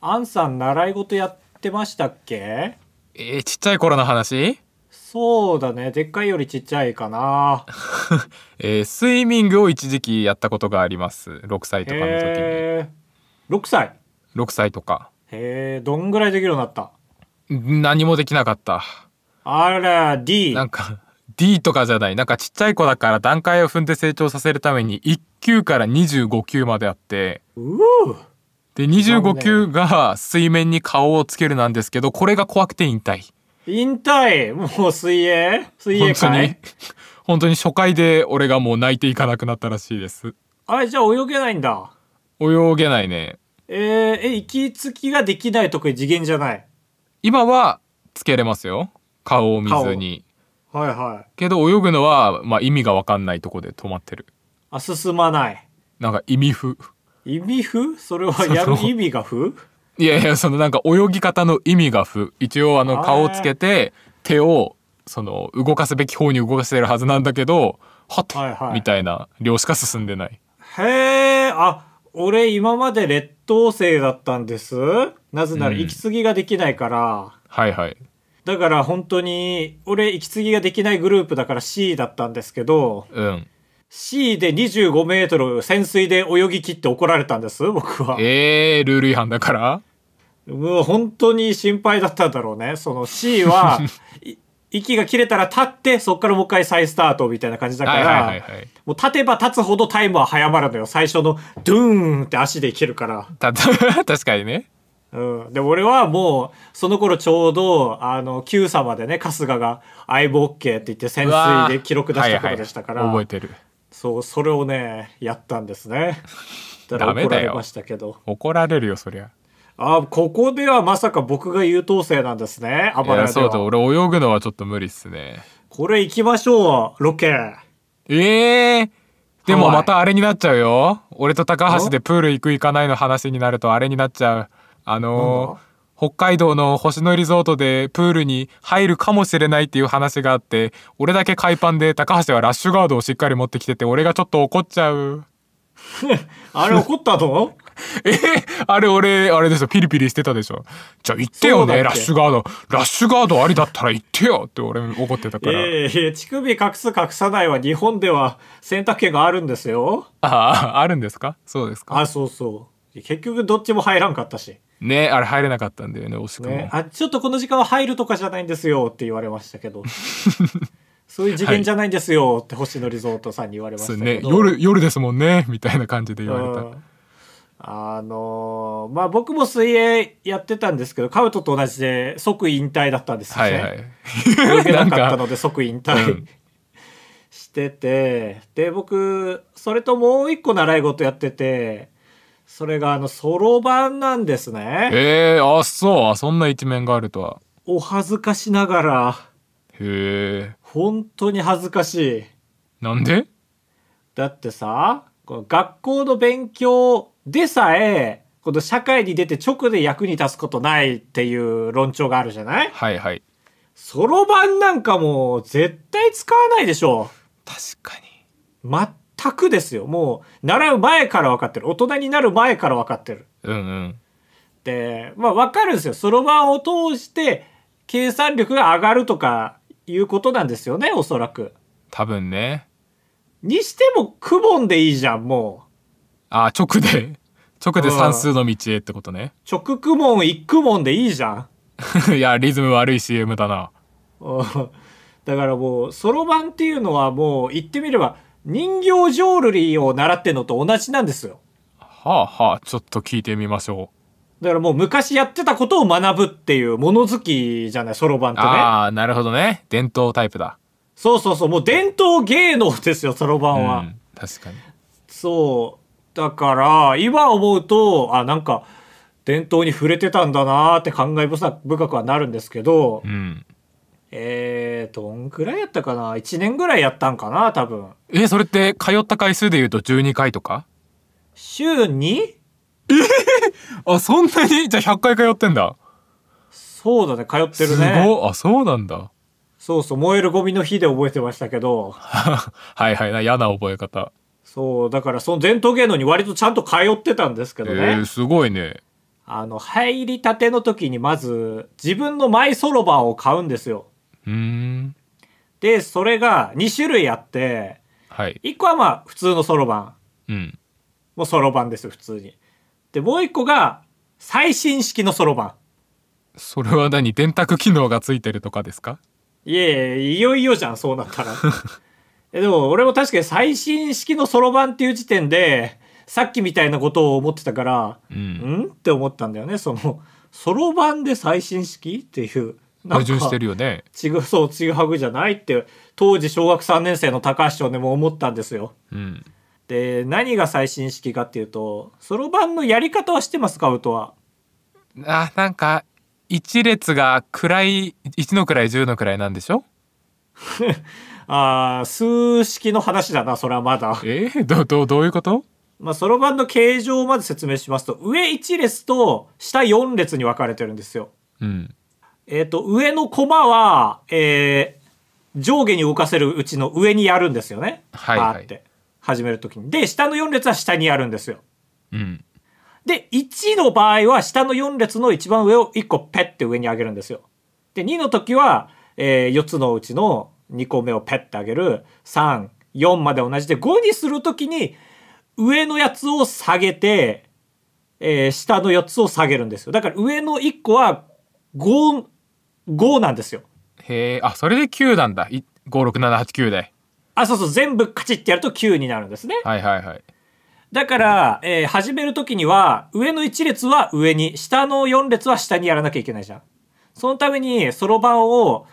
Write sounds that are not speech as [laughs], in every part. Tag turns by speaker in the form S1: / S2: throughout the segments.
S1: アンさん習い事やってましたっけ
S2: えーちっちゃい頃の話
S1: そうだねでっかいよりちっちゃいかな
S2: えースイミングを一時期やったことがあります。6歳 [laughs] とかの時に。
S1: へえ6歳
S2: 6歳とか。
S1: へえどんぐらいできるようになった
S2: ん何もできなかった。
S1: あら D
S2: なんか、D とかじゃない。なんかちっちゃい子だから段階を踏んで成長させるために1級から25級まであって、
S1: うう
S2: で、
S1: なん
S2: 25
S1: で
S2: 級が水面に顔をつけるなんですけど、これが怖くて引退。
S1: 引退もう水泳水泳
S2: 本当に
S1: 会、
S2: 本当に初回で俺がもう泣いていかなくなったらしいです。
S1: あれじゃあ泳げないんだ
S2: 泳げないね。
S1: えー、え息つきができないとか次元じゃない
S2: 今はつけれますよ。顔を水に。
S1: はいはい
S2: けど泳ぐのは、まあ、意味がわかんないとこで止まってる。
S1: あ進まない
S2: なんか意味不。
S1: 意味不それはやる意味が不
S2: いやいや、そのなんか泳ぎ方の意味が不。一応あの
S1: あー
S2: 顔をつけて、手を、その動かすべき方に動かしてるはずなんだけど、はっと、
S1: はいはい
S2: みたいな量しか進んでない。
S1: へえ、あ、俺今まで劣等生だったんです。なぜなら
S2: うん
S1: 息継ぎができないから。
S2: はいはい。
S1: だから本当に、俺息継ぎができないグループだから C だったんですけど、
S2: うん。
S1: C で25メートル潜水で泳ぎ切って怒られたんです、僕は。
S2: えー、ルール違反だから
S1: もう本当に心配だったんだろうね。その C
S2: [laughs]
S1: は、い息が切れたら立って、そっからもう一回再スタートみたいな感じだか
S2: はい
S1: ら、
S2: はいはいはい。
S1: もう立てば立つほどタイムは早まるのよ。最初のドゥーンって足で切るから。
S2: た [laughs] 確かにね。
S1: うん、で俺はもうその頃ちょうどあの Q 様でね春日が「相棒 OK」って言って潜
S2: うわ
S1: 水
S2: ー
S1: で記録出した頃でしたから、
S2: はいはい覚えてる。
S1: そうそれをねやったんですねだから
S2: ダメ
S1: 怒
S2: だ
S1: ら
S2: よ
S1: れましたけど
S2: 怒られるよ、そりゃ。
S1: あここではまさか僕が優等生なんですね
S2: い
S1: 暴れ
S2: や、
S1: で
S2: そうだ、
S1: は
S2: 俺泳ぐのはちょっと無理っすね。
S1: これ行きましょうロケ
S2: ええー、で
S1: ハ
S2: も
S1: ワイ
S2: またあれになっちゃうよ。俺と高橋でプール行く行かないの話になるとあれになっちゃう。あ
S1: なん
S2: の
S1: だ
S2: ー北海道の星野リゾートでプールに入るかもしれないっていう話があって、俺だけ海パンで高橋はラッシュガードをしっかり持ってきてて、俺がちょっと怒っちゃう。
S1: あれ怒った
S2: [laughs]
S1: の
S2: えーあれ俺、あれですよ、ピリピリしてたでしょ。じゃあ行ってよ
S1: そ
S2: ね、
S1: うだ
S2: ラ
S1: っ
S2: ッ
S1: け
S2: シュガード。ラッシュガードありだったら行ってよって俺怒ってたから。
S1: ええ乳首隠す隠さないは日本では選択権があるんですよ
S2: ああ、あるんですかそうですか
S1: あそうそう結局どっちも入らんかったし
S2: ねあれ入れなかったんだよね、惜しくも。
S1: ね、あちょっとこの時間は入るとかじゃないんですよって言われましたけ
S2: [laughs]
S1: どそういう次元じゃないんですよって星野リゾートさんに言われまし
S2: そ
S1: た
S2: う
S1: けど、
S2: ね、夜夜ですもんねみたいな感じで言われ
S1: う
S2: た
S1: んあのーまあ僕も水泳やってたんですけどカウトと同じで即引退だったんですよ
S2: は
S1: ね、
S2: いはい
S1: 泳げなかった
S2: [laughs] なん
S1: ので即引
S2: う
S1: 退
S2: ん
S1: してて、で僕それともう一個習い事やっててそれがあのそろばんなんですね
S2: ええあそうあそんな一面があるとは
S1: お恥ずかしながら
S2: へえ
S1: 本当に恥ずかしい
S2: なんで
S1: だってさこの学校の勉強でさえこの社会に出て直で役に立つことないっていう論調があるじゃない
S2: はいはい
S1: そろばんなんかもう絶対使わないでしょ
S2: 確かに
S1: 全くですよもう習う前から分かってる大人になる前から分かってる
S2: うんうん
S1: でまあ分かるんですよそろばんを通して計算力が上がるとかいうことなんですよねおそらく
S2: 多分ね
S1: にしてもクボンでいいじゃんもう
S2: あ直で直で算数の道へってことね [laughs]
S1: 直区門一区門でいいじゃん。 [laughs]
S2: いやリズム悪い CM だな
S1: うんだからもうそろばんっていうのはもう言ってみれば人形浄瑠璃を習ってんのと同じなんですよ。
S2: はあはあちょっと聞いてみましょう
S1: だからもう昔やってたことを学ぶっていう物好きじゃないそろばんってね。
S2: ああなるほどね伝統タイプだ
S1: そうそうそうもう伝統芸能ですよそろば
S2: うん
S1: は。
S2: ん確かに
S1: そうだから今思うとあなんか伝統に触れてたんだなーって感慨深くはなるんですけど、
S2: うん
S1: えー、どんくらいやったかな1年ぐらいやったんかな多分。
S2: えそれって通った回数で言うと12回とか
S1: 週に
S2: あそんなにじゃあ100回通ってんだ
S1: そうだね通ってる
S2: す
S1: ね
S2: ごっあそうなんだ [laughs]
S1: そうそう燃えるゴミの日で覚えてましたけど
S2: はいはいな嫌な覚え方、
S1: そうだからその伝統芸能に割とちゃんと通ってたんですけど
S2: え
S1: ね
S2: ー、、すごいね
S1: あの、入りたての時にまず、自分のマイそろばんを買うんですよ。
S2: うーん
S1: で、それが2種類あって、
S2: はい
S1: 1個はまあ、普通のそろばん。
S2: うん
S1: もうそろばんです、普通に。で、もう1個が、最新式のそろばん。
S2: それは何電卓機能がついてるとかですか
S1: いえいえ、いよいよじゃん、そうなったら。 [laughs] えでも、俺も確かに最新式のそろばんっていう時点で、さっきみたいなことを思ってたから、
S2: うん
S1: んって思ったんだよね。その、そろばんで最新式っていう。なん
S2: 矛
S1: か
S2: 盾してるよね
S1: ちぐそうちぐはぐじゃないって当時小学3年生の高橋少年も思ったんですよ。
S2: うん
S1: で何が最新式かっていうとそろばんのやり方は知ってますかウトは。
S2: あなんか一列が位1の位10の位なんでしょ
S1: あー数式の話だなそれはまだ。
S2: えー、どどどういうこと
S1: まあそろばんの形状をまず説明しますと上1列と下4列に分かれてるんですよ。
S2: うん
S1: えっ、と上のコマは、えー上下に動かせるうちの上にやるんですよね。
S2: はいはい
S1: バーって始めるときに。で下の4列は下にやるんですよ。
S2: うん
S1: で、1の場合は下の4列の一番上を1個ペッて上に上げるんですよ。で、2の時は、え4つのうちの2個目をペッて上げる。3、4まで同じで5にするときに上のやつを下げて、えー下の4つを下げるんですよ。だから上の1個は5、5なんですよ。
S2: へえあそれで9なんだ56789で
S1: あ、そうそう、全部カチッてやると9になるんですね。
S2: はいはいはい
S1: だから、えー始めるときには、上の1列は上に、下の4列は下にやらなきゃいけないじゃん。そのために、そろばんを、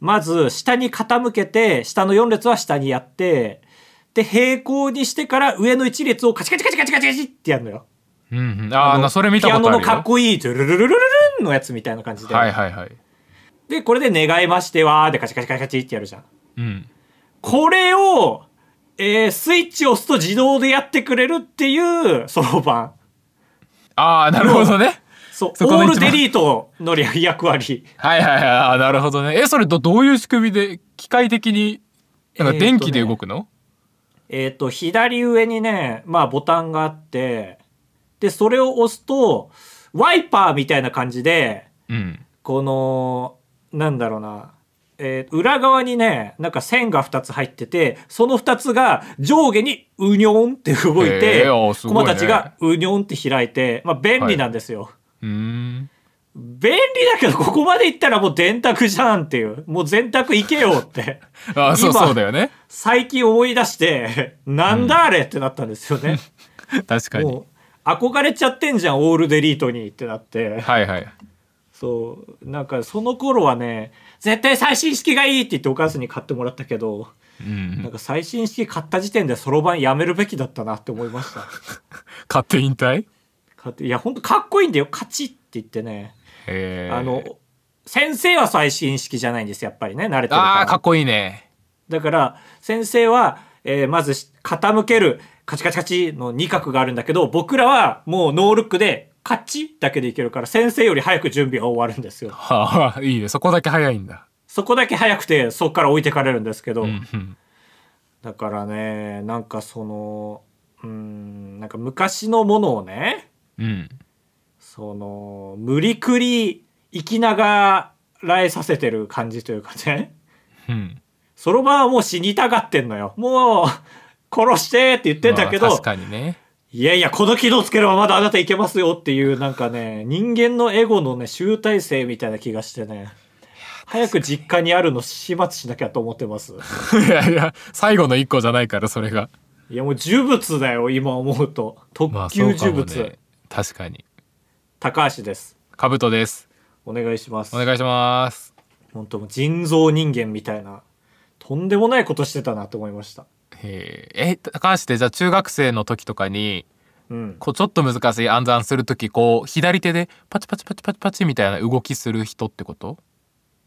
S1: まず、下に傾けて、下の4列は下にやって、で、平行にしてから、上の1列をカチカチカチカチカチカチってやるのよ。
S2: うんうんああ
S1: の
S2: なそれ見たことある
S1: ピアノのかっ
S2: よ
S1: こいい、トゥルルルルルルンのやつみたいな感じで。
S2: はいはいはい
S1: で、これで、願いましては、で、カチカチカチカチってやるじゃん。
S2: うん
S1: これを、えースイッチを押すと自動でやってくれるっていう、そろばん。
S2: ああなるほどね
S1: そう、
S2: そこ
S1: オ
S2: の
S1: ー
S2: 一番
S1: ルデリートの役割。
S2: はいはいはいあーなるほどねえそれどどういう仕組みで機械的になんか電気で動くの、
S1: えっ、と、左上にね、まあボタンがあって、で、それを押すと、ワイパーみたいな感じで、
S2: うん
S1: この、なんだろうな、えー裏側にね、なんか線が2つ入ってて、その2つが上下にうにょんって動い
S2: へ
S1: て、
S2: ーあーすごい
S1: 駒
S2: ね
S1: たちがうにょんって開いて、まあ便利なんですよ。
S2: うーん
S1: 便利だけど、ここまでいったらもう電卓じゃんっていう。もう電卓行けよって。
S2: あーそう
S1: 今
S2: そうだよね
S1: 最近思い出して、 [laughs] なんだあれってなったんですよね。
S2: 確かに
S1: もう、憧れちゃってんじゃん、オールデリートにってなって。
S2: はいはい
S1: そう、なんかその頃はね、絶対最新式がいいって言ってお母さんに買ってもらったけど、
S2: うん
S1: なんか最新式買った時点でそろばんやめるべきだったなって思いました。
S2: 勝手引退
S1: 買っていや、ほんとかっこいいんだよ、カチッって言ってね。
S2: へえ
S1: あの、先生は最新式じゃないんです、やっぱりね、慣れてるから。
S2: あーかっこいいね
S1: だから先生は、えーまずし傾けるカチカチカチの2角があるんだけど僕らはもうノールックでカチだけでいけるから先生より早く準備が終わるんですよ
S2: はあいいねそこだけ早いんだ
S1: そこだけ早くてそこから置いてかれるんですけど、
S2: うんうん
S1: だからねなんかそのうーんなんか昔のものをね
S2: うん
S1: その無理くり生きながらえさせてる感じというかね
S2: うん
S1: そろばんはもう死にたがってんのよもう殺してって言ってんだけど、
S2: まあ確かにね
S1: いやいや、この機能つければまだあなたいけますよっていう、なんかね、人間のエゴのね、集大成みたいな気がしてね、早く実家にあるの始末しなきゃと思ってます。
S2: いやいや最後の一個じゃないからそれが
S1: いや、もう呪物だよ、今思うと。
S2: ま
S1: 特
S2: あ
S1: 級
S2: そうか
S1: 呪
S2: も
S1: 物。
S2: ね確かに
S1: 高橋です。
S2: かぶとです
S1: お願いします。
S2: お願いします
S1: 本当もう人造人間みたいな、とんでもないことしてたなと思いました。
S2: へええ高橋ってじゃあ中学生の時とかに
S1: うん。
S2: こうちょっと難しい暗算する時こう左手でパチパチパチパチパチみたいな動きする人ってこと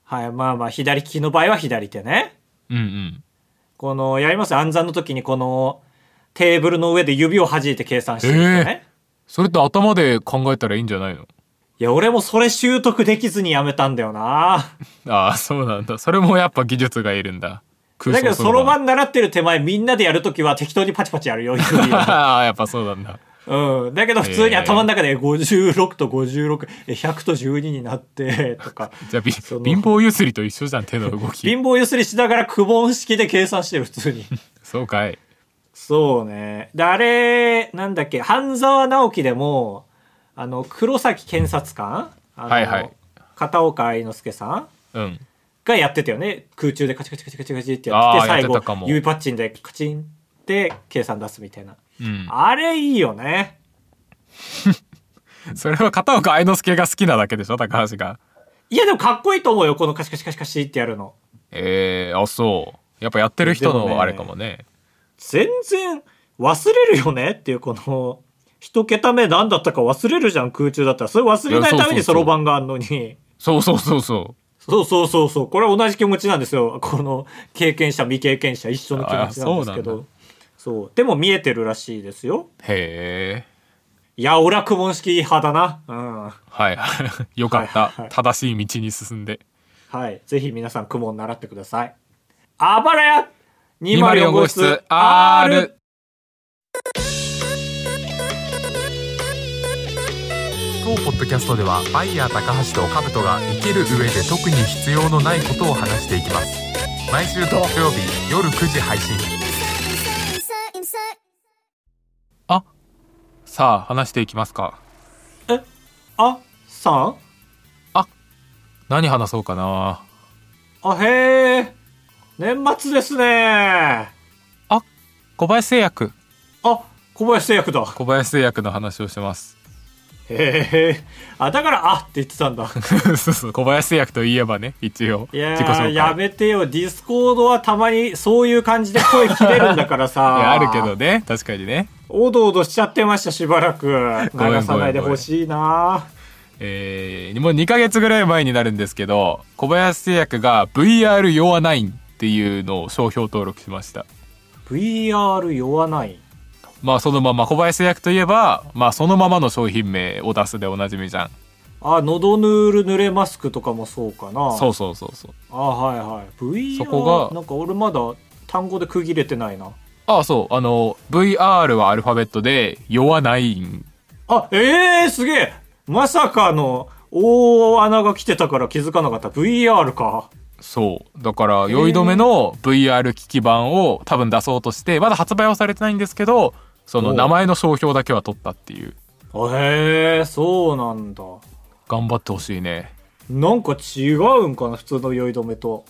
S1: はい、まあまあ、左利きの場合は左手ね。
S2: うんうん
S1: この、やります暗算の時にこの、テーブルの上で指を弾いて計算してる人ね。
S2: それって頭で考えたらいいんじゃないの
S1: いや、俺もそれ習得できずにやめたんだよな。
S2: ああそうなんだそれもやっぱ技術がいるんだ空
S1: だけど、そろば
S2: ん [laughs]
S1: ん習ってる手前、みんなでやるときは適当にパチパチやるよ、指を
S2: ああやっぱそうなんだ
S1: うん、だけど普通に頭の中で56と56え100と12になってとか
S2: じゃあび
S1: その
S2: 貧乏ゆすりと一緒じゃん手の動 [laughs] き
S1: 貧乏ゆすりしながらクボン式で計算してる普通
S2: [laughs]
S1: に
S2: そうかい
S1: そうねであれなんだっけ半沢直樹でもあの黒崎検察官あの
S2: はいはい
S1: 片岡愛之助さん
S2: うん
S1: がやってたよね空中でカチカチカチカチカチってやってて
S2: あーやっ
S1: 最
S2: てた
S1: 後
S2: かも
S1: 指パッチンでカチンって計算出すみたいな
S2: うん
S1: あれいいよね
S2: それは片岡愛之助が好きなだけでしょ高橋が
S1: いやでもかっこいいと思うよこのカシカシカシカシってやるの
S2: えー、あそうやっぱやってる人
S1: でもね
S2: のあれかもね
S1: 全然忘れるよねっていうこの一桁目何だったか忘れるじゃん空中だったらそれ忘れないため
S2: いやそうそうそう
S1: にそろばんがあんのに
S2: そうそうそうそう
S1: そうそうそうそうこれは同じ気持ちなんですよこの経験者未経験者一緒の気持ちなんですけ
S2: あそうなん
S1: どそうでも見えてるらしいですよ
S2: へえ
S1: いや俺はクモン式派だなうん
S2: はいはい [laughs] よかった、
S1: はいはいはい
S2: 正しい道に進んで
S1: はい。ぜひ皆さん、クモン習ってください。あばらや
S2: 204
S1: !204
S2: 号
S1: 号
S2: 室
S1: 室
S2: R
S1: R!
S2: 当ポッドキャストではバイヤー高橋と兜が生きる上で特に必要のないことを話していきます毎週土曜日夜9時配信
S3: insert, insert.
S2: あさあ話していきますか
S1: あ、さん
S2: 何話そうかな
S1: あ、へえ。年末ですね。
S2: あ小林製薬
S1: あ、小林製薬だ。
S2: 小林製薬の話をしてます
S1: へえ。あ、だから、あって言ってた
S2: [laughs]
S1: んだ。
S2: そうそう小林製薬といえばね一応
S1: いや
S2: 自己紹
S1: ー、
S2: 介
S1: やめてよ。ディスコードはたまにそういう感じで声切れるんだから
S2: [laughs] い
S1: さ。
S2: やあるけど。ね確かにね
S1: おどおどしちゃってました、しばらく。
S2: ごめんごめん
S1: 流さないでほしいな。
S2: えーもう2ヶ月ぐらい前になるんですけど小林製薬が VR 用アナインっていうのを商標登録しました
S1: VR 酔わない。
S2: まあそのまま小林製薬といえば、まあ、そのままの商品名を出すでおなじみじゃん
S1: あ、喉ヌール濡れマスクとかもそうかな。
S2: そうそうそうそう
S1: あはいはい VR
S2: そこが
S1: なんか俺まだ単語で区切れてないな
S2: ああそうあの VR はアルファベットで「酔わないん
S1: あええー、すげえまさかの大穴が来てたから気づかなかった VR か」
S2: そうだから酔い止めの VR 機器版を多分出そうとしてまだ発売はされてないんですけどその
S1: おう
S2: 名前の商標だけは取ったっていう
S1: あへえー、そうなんだ
S2: 頑張ってほしいね
S1: なんか違うんかな普通の酔い止めと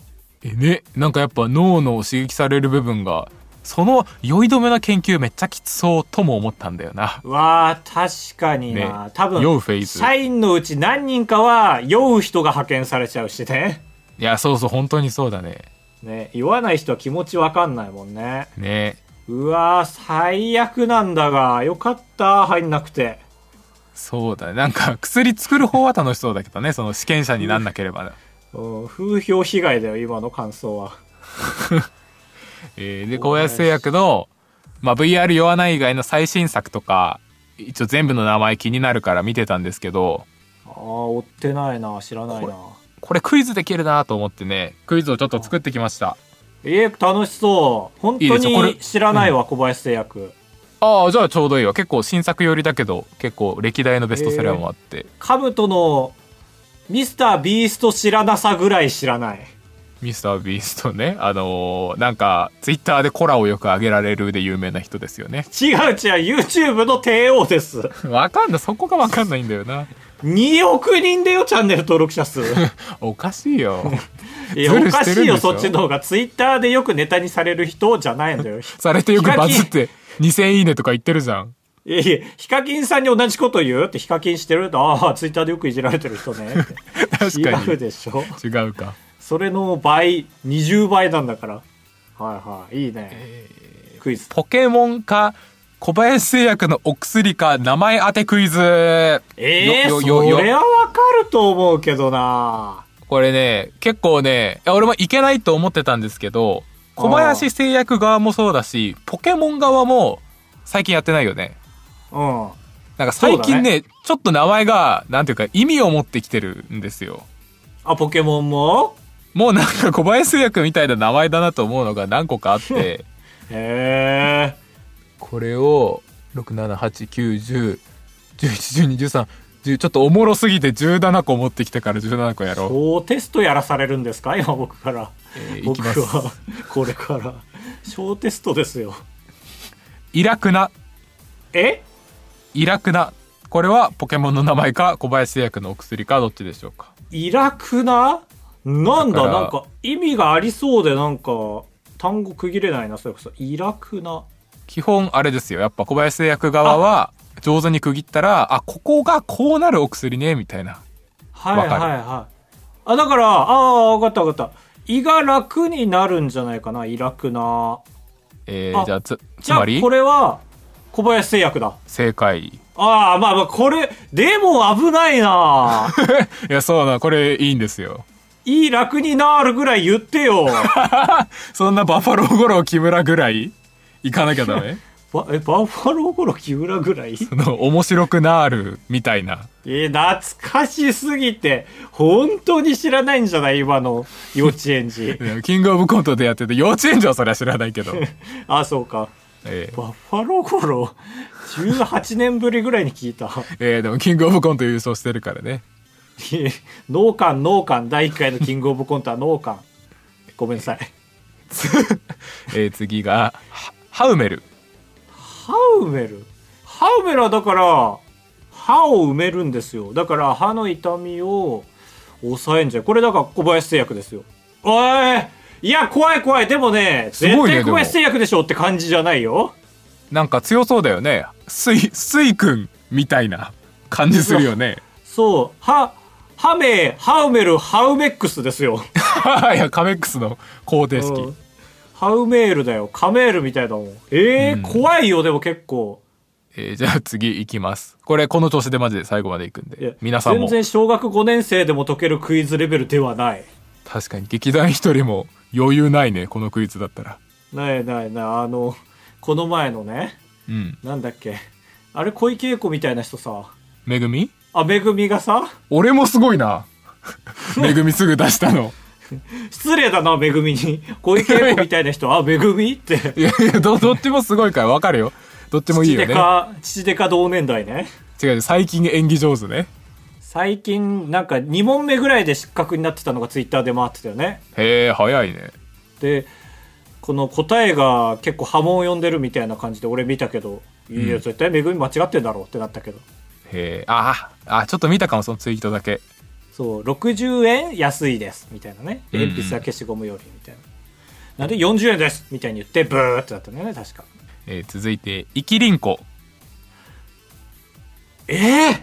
S2: えねなんかやっぱ脳の刺激される部分がその酔い止めの研究めっちゃきつそうとも思ったんだよな
S1: わあ確かにな、
S2: ね
S1: 多分
S2: 酔うフェーズ
S1: 社員のうち何人かは酔う人が派遣されちゃうしね
S2: いやそうそう本当にそうだね
S1: ね酔わない人は気持ちわかんないもんね
S2: ね
S1: うわー最悪なんだがよかった入んなくて
S2: そうだねなんか薬作る方は楽しそうだけどねその試験者になんなければな、
S1: うん、風評被害だよ今の感想は
S2: えーで小林製薬の、まあ、VR 酔わない以外の最新作とか一応全部の名前気になるから見てたんですけど
S1: ああ追ってないな知らないな
S2: これクイズできるなと思ってねクイズをちょっと作ってきました
S1: えー、楽しそう本
S2: いい
S1: 当
S2: ですよこれ
S1: に知らないわ小林製薬
S2: ああじゃあちょうどいいわ結構新作寄りだけど結構歴代のベストセラーもあって、
S1: カブトのミスタービースト知らなさぐらい知らない
S2: ミスター・ビーストねあのーなんかツイッターでコラをよく上げられるで有名な人ですよね
S1: 違う違う YouTube の帝王です
S2: [laughs] わかんないそこがわかんないんだよな
S1: 2億人だよチャンネル登録者
S2: [laughs]
S1: 数
S2: おかしいよ
S1: いや
S2: ズ
S1: お
S2: ルし
S1: か
S2: てる
S1: し
S2: んでしょ
S1: いよそっちの方が Twitter でよくネタにされる人じゃないんだよ
S2: [laughs] されてよくバズって2000いいねとか言ってるじゃん
S1: いやいやヒカキンさんに同じこと言うってヒカキンしてるああ Twitter でよくいじられてる人ねって
S2: 確かに
S1: 違うでしょ
S2: 違うか
S1: それの倍20倍なんだからはいはいいいね、クイズ
S2: ポケモンか小林製薬のお薬か名前当てクイズ
S1: ええそ
S2: よよよ
S1: れはわかると思うけどな
S2: これね結構ねいや俺もいけないと思ってたんですけど小林製薬側もそうだしポケモン側も最近やってないよね
S1: うん
S2: なんか最近
S1: そうだ
S2: ねちょっと名前がなんていうか意味を持ってきてるんですよ
S1: あポケモンも
S2: もうなんか小林製薬みたいな名前だなと思うのが何個かあって
S1: へえ
S2: これを6789101111213ちょっとおもろすぎて17個持ってきたから17個やろう、
S1: 小テストやらされるんですか今僕から
S2: えーい
S1: 僕
S2: きます
S1: はこれから小テストですよ
S2: イラクナ
S1: え
S2: イラクナこれはポケモンの名前か小林製薬のお薬かどっちでしょうか
S1: イラクナなんだ
S2: だから
S1: なんか意味がありそうでなんか単語区切れないなそれこそイラクナ
S2: 基本あれですよやっぱ小林製薬側は上手に区切ったらあここがこうなるお薬ねみたいな
S1: はいはい
S2: わかる
S1: はいあだからああ分かった分かった胃が楽になるんじゃないかなイラクナ
S2: え
S1: あ
S2: ー、じゃあつつ
S1: じゃ
S2: ま
S1: あ
S2: り
S1: これは小林製薬だ
S2: 正解 [laughs]
S1: ああまあまあこれでも危ない
S2: [laughs]
S1: な
S2: いやそうなこれいいんですよ [laughs]
S1: いい楽になるぐらい言ってよ
S2: そんなバファロー五郎木村ぐらい行かなきゃダメ
S1: ばえバッファローゴロ木村ぐらい
S2: その面白くなるみたいな
S1: えー懐かしすぎて本当に知らないんじゃない今の幼稚園児
S2: キングオブコントでやってて幼稚園児はそれは知らない
S1: [laughs]
S2: けど、
S1: あそうか
S2: えー
S1: バッファローゴロ18年ぶりぐらいに聞いた
S2: えーでもキングオブコント優勝してるからね
S1: いえ脳幹脳幹第1回のキングオブコントは脳幹ごめんなさい
S2: えー次がハハウメル
S1: 歯を埋める歯を埋めるはだから歯を埋めるんですよだから歯の痛みを抑えんじゃんこれだから小林製薬ですよおいいや怖い怖いでもね
S2: す
S1: 絶
S2: ごいね
S1: 対
S2: で
S1: 小
S2: も
S1: 林製薬でしょって感じじゃないよ
S2: なんか強そうだよねスイスイくんみたいな感じする
S1: [laughs]
S2: よね
S1: そう歯歯名歯埋めるハウメックスですよ
S2: いやカメックスの方程式、
S1: うんハウメールだよカメールみたいだもんえー
S2: うん
S1: 怖いよでも結構
S2: えーじゃあ次いきますこれこの調子でマジで最後までいくん
S1: いや
S2: で皆さんも
S1: 全然小学5年生でも解けるクイズレベルではない
S2: 確かに劇団一人も余裕ないねこのクイズだったら
S1: ないないないあのこの前のね
S2: うん
S1: なんだっけあれ小池栄子みたいな人さ
S2: めぐみ
S1: あめぐみがさ
S2: 俺もすごいなめぐみすぐ出したの
S1: 失礼だなめぐみに小池栄子みたいな人あめぐみって
S2: いやいやどどっちもすごいからわかるよどっちもいい
S1: 父で
S2: よね
S1: か父でか同年代ね
S2: 違う違う最近演技上手ね
S1: 最近なんか2問目ぐらいで失格になってたのがツイッターで回ってたよね
S2: へえ早いね
S1: でこの答えが結構波紋を呼んでるみたいな感じで俺見たけど、いや絶対めぐみ間違ってんだろうってなったけど
S2: へえああちょっと見たかもそのツイートだけ
S1: そう60円安いですみたいなね
S2: うんうん
S1: 鉛筆や消しゴムよりみたいな、なんで40円ですみたいに言ってブーってなったんだよね確か
S2: えー続いて「生きりんこ
S1: ええ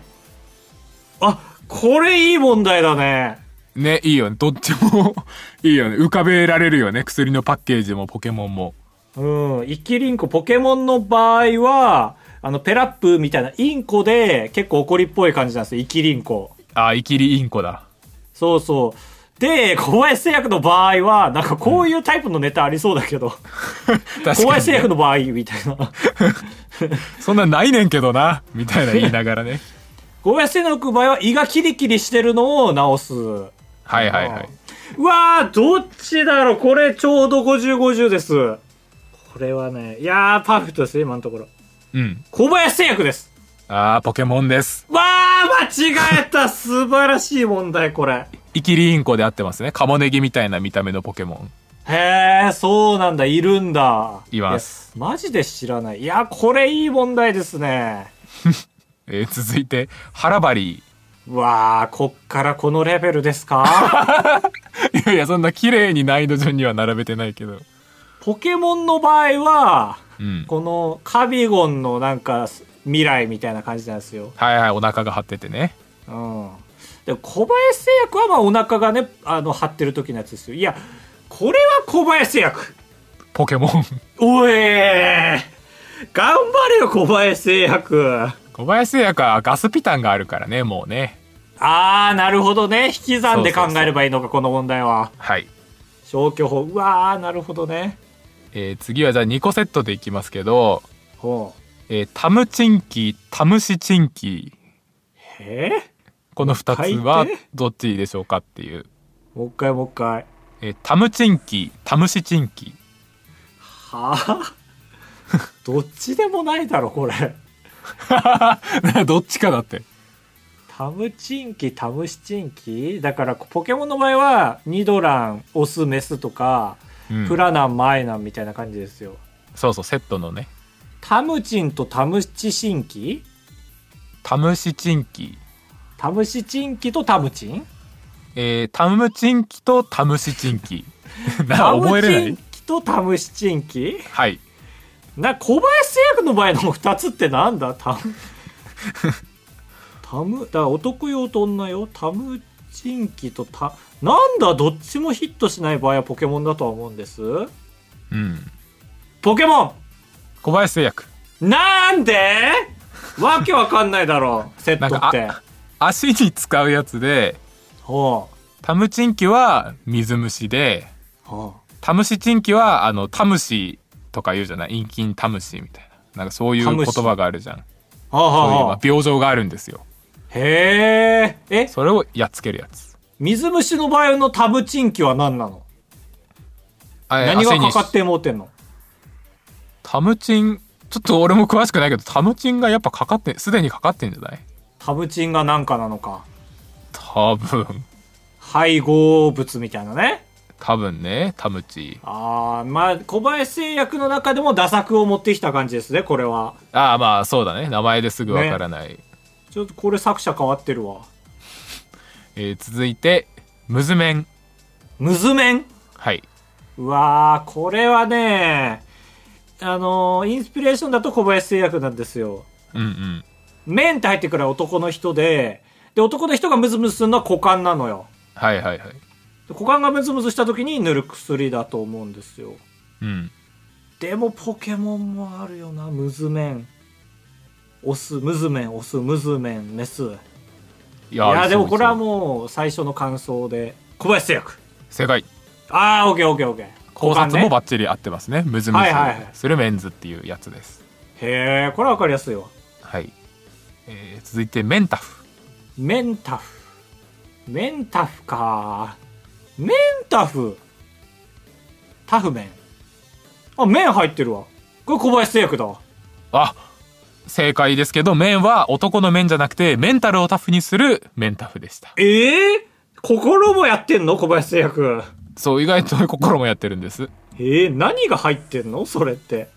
S1: あこれいい問題だね」
S2: ねいいよねどっちも [laughs] いいよね浮かべられるよね薬のパッケージもポケモンも
S1: うん生きりんこポケモンの場合はあのペラップみたいなインコで結構怒りっぽい感じなんですよ生きりんこ
S2: あ生きりインコだ
S1: そうそうで小林製薬の場合はなんかこういうタイプのネタありそうだけど、
S2: 確かに
S1: 小林製薬の場合みたいな
S2: そんなんないねんけどなみたいな言いながらね
S1: 小林製薬の場合は胃がキリキリしてるのを直す
S2: はいはいはいう
S1: わーどっちだろうこれちょうど5050ですこれはねいやーパーフェクトですね今のところ
S2: うん
S1: 小林製薬です
S2: あーポケモンです
S1: わー間違えた素晴らしい問題これ
S2: 生きりインコで合ってますねカモネギみたいな見た目のポケモン
S1: へえそうなんだいるんだ
S2: います
S1: やマジで知らないいやこれいい問題ですね
S2: えー続いてハラバリ
S1: うわーこっからこのレベルです
S2: [laughs]
S1: か
S2: ーいやいやそんな綺麗に難易度順には並べてないけど
S1: ポケモンの場合は
S2: うん
S1: このカビゴンのなんか未来みたいな感じなんですよ。
S2: はいはいお腹が張っててね
S1: うん。で小林製薬はまあお腹がね、あの、張ってる時のやつですよ。いや、これは小林製薬
S2: ポケモン [laughs]
S1: おえー頑張れよ、小林製薬
S2: 小林製薬はガスピタンがあるからねもうね
S1: あー、なるほどね。引き算で考えればいいのか、この問題は。
S2: はい、
S1: 消去法。うわー、なるほどね。
S2: えー次はじゃあ2個セットでいきますけど、
S1: ほう。
S2: えータムチンキータムシチンキー
S1: え
S2: この2つは
S1: 書いて
S2: どっちでしょうかっていう、
S1: ー、もう一回もう一回。 [laughs]
S2: えータムチンキータムシチンキー
S1: はぁどっちでもないだろこれ
S2: [laughs] どっちかだって。
S1: タムチンキタムシチンキだからポケモンの場合はニドランオスメスとか、
S2: うん
S1: プラナンマイナンみたいな感じですよ
S2: そうそう、セットのね。
S1: タムチンとタムチシンキ
S2: タムシチンキ。
S1: タムシチンキとタムチ
S2: [laughs]
S1: ン
S2: えー、タムチンキとタムシチ
S1: [laughs]
S2: ンキ。な、
S1: タム
S2: 覚えれな
S1: チン
S2: い
S1: キとタムシチンキ
S2: はい。
S1: な小林製薬の場合の2つってなんだタムタムだから男用と女用タムチンキとタなんだどっちもヒットしない場合はポケモンだとは思うんです
S2: うん。
S1: ポケモ
S2: 小林製薬。
S1: ンなんでわけわかんないだろうセット
S2: なん
S1: っ
S2: か
S1: て
S2: あ足に使うやつで、
S1: ほ
S2: タムチンキは水虫で、
S1: うほ
S2: タムシチンキは、あの、タムシとか言うじゃない陰菌タムシみたいな。なんかそういう
S1: タ
S2: 言
S1: ムシ
S2: 葉があるじゃん。
S1: うはあ
S2: そうい
S1: は
S2: う
S1: あ
S2: ま
S1: は
S2: あ
S1: あ
S2: 病状があるんですよ。
S1: へええ
S2: それをやっつけるやつ。
S1: 水虫の場合のタムチンキは何なの
S2: あ
S1: 何がかかっ
S2: 汗に
S1: てもうてんの
S2: タムチン、ちょっと俺も詳しくないけど、タムチンがやっぱかかって、すでにかかってんじゃない
S1: タムチンが何かなのか
S2: 多分、
S1: 配合物みたいなね
S2: 多分ね、タムチ。
S1: ああまあ小林製薬の中でも打作を持ってきた感じですねこれは
S2: ああ、まあそうだね。名前ですぐわからない。
S1: ちょっとこれ作者変わってるわ
S2: えー続いて、ムズメン。
S1: ムズメン
S2: はい。
S1: うわーこれはねあのーインスピレーションだと小林製薬なんですよ
S2: うんうん。
S1: メンって入ってくる男の人でで男の人がムズムズするのは股間なのよ
S2: はいはいはい。
S1: で股間がムズムズした時に塗る薬だと思うんですよ
S2: うん。
S1: でもポケモンもあるよなムズメンオスムズメンオスムズメンメス
S2: い
S1: いやでもこれは
S2: う。
S1: もう最初の感想で小林製薬
S2: 正解。
S1: ああオッケーオッケーオッケー
S2: 考察も
S1: ね
S2: バッチリ合ってますね。ムズム
S1: はいはいはい
S2: ズするメンズっていうやつです。
S1: へえこれは分かりやすいわ
S2: はい。えー続いて、メンタフ。
S1: メンタフメンタフかメンタフタフメンあ麺入ってるわこれ小林製薬だわ
S2: あ正解ですけど、メンは男のメンじゃなくて、メンタルをタフにするメンタフでした。
S1: ええ心もやってんの小林製薬
S2: そう、意外と心もやってるんです。
S1: ええ何が入ってんのそれって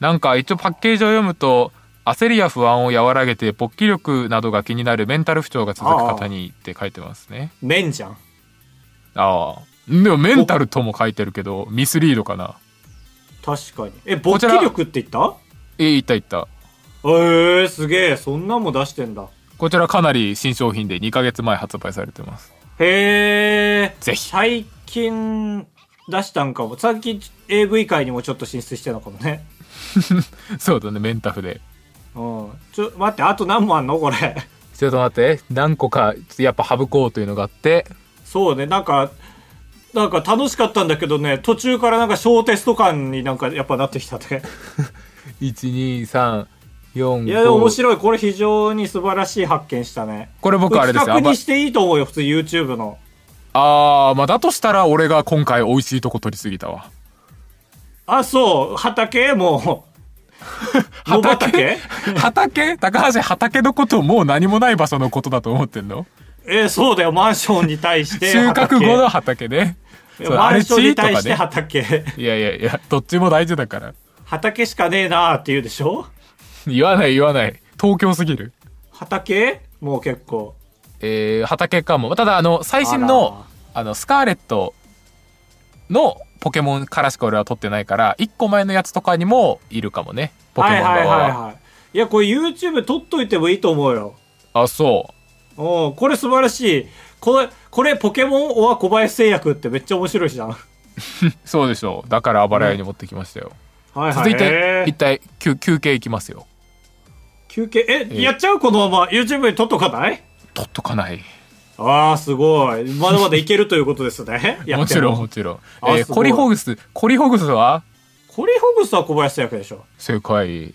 S2: なんか一応パッケージを読むと焦りや不安を和らげて勃起力などが気になるメンタル不調が続く方にって書いてますね
S1: 麺じゃん
S2: ああでもメンタルとも書いてるけどミスリードかな
S1: 確かにえ
S2: こ
S1: 勃
S2: ち
S1: 起
S2: ら
S1: 力って言った
S2: えいったいった
S1: ええすげえそんなんも出してんだ
S2: こちらかなり新商品で2ヶ月前発売されてます
S1: へえ
S2: ぜひ
S1: 最近出したんかも最近 AV 界にもちょっと進出してるのかもね
S2: そうだねメンタフで
S1: うんちょ待ってあと何もあんのこれ [laughs]
S2: ちょっと待って何個かちょっとやっぱ省こうというのがあって
S1: そうねなんかなんか楽しかったんだけどね途中からなんか小テスト感になんかやっぱなってきた
S2: [laughs]
S1: ね
S2: 12345
S1: いやでも面白いこれ非常に素晴らしい発見したね
S2: これ僕あれですよ
S1: 企画にしていいと思うよ普通 YouTube の
S2: ああまあだとしたら俺が今回美味しいとこ取りすぎたわ
S1: あそう畑もう野畑
S2: [laughs] 畑高橋畑のことをもう何もない場所のことだと思ってんの
S1: えそうだよマンションに対して
S2: [laughs] 収穫後の
S1: だ
S2: 畑ねそう
S1: マンションに対して
S2: 荒
S1: 畑
S2: 地いやいやいやどっちも大事だから
S1: 畑しかねえなーって言うでしょ
S2: 言わない言わない東京すぎる
S1: 畑もう結構
S2: えー、畑かもただあの最新のあのスカーレットのポケモンからしか俺は取ってないから1個前のやつとかにもいるかもねポケモン側は,、
S1: はいはいはいはいいやこれ YouTube 撮っといてもいいと思うよ
S2: あそ
S1: おこれ素晴らしいこれこれポケモンオア小林製薬ってめっちゃ面白いじゃんは
S2: うそうでしょうだから暴れ屋に持ってきましたよ、
S1: いはい
S2: 続いて
S1: え
S2: 一
S1: ー
S2: 体休休憩いきますよ
S1: 休憩え、
S2: ー
S1: やっちゃうこのまま YouTube に撮っとかない
S2: 取っとかない
S1: ああすごいまだまだいけるということですね [laughs] やっても
S2: もちろんもちろん、え
S1: あ
S2: ー
S1: すごい
S2: コリホグスコリホグスは
S1: コリホグスは小林製薬でしょ
S2: 正解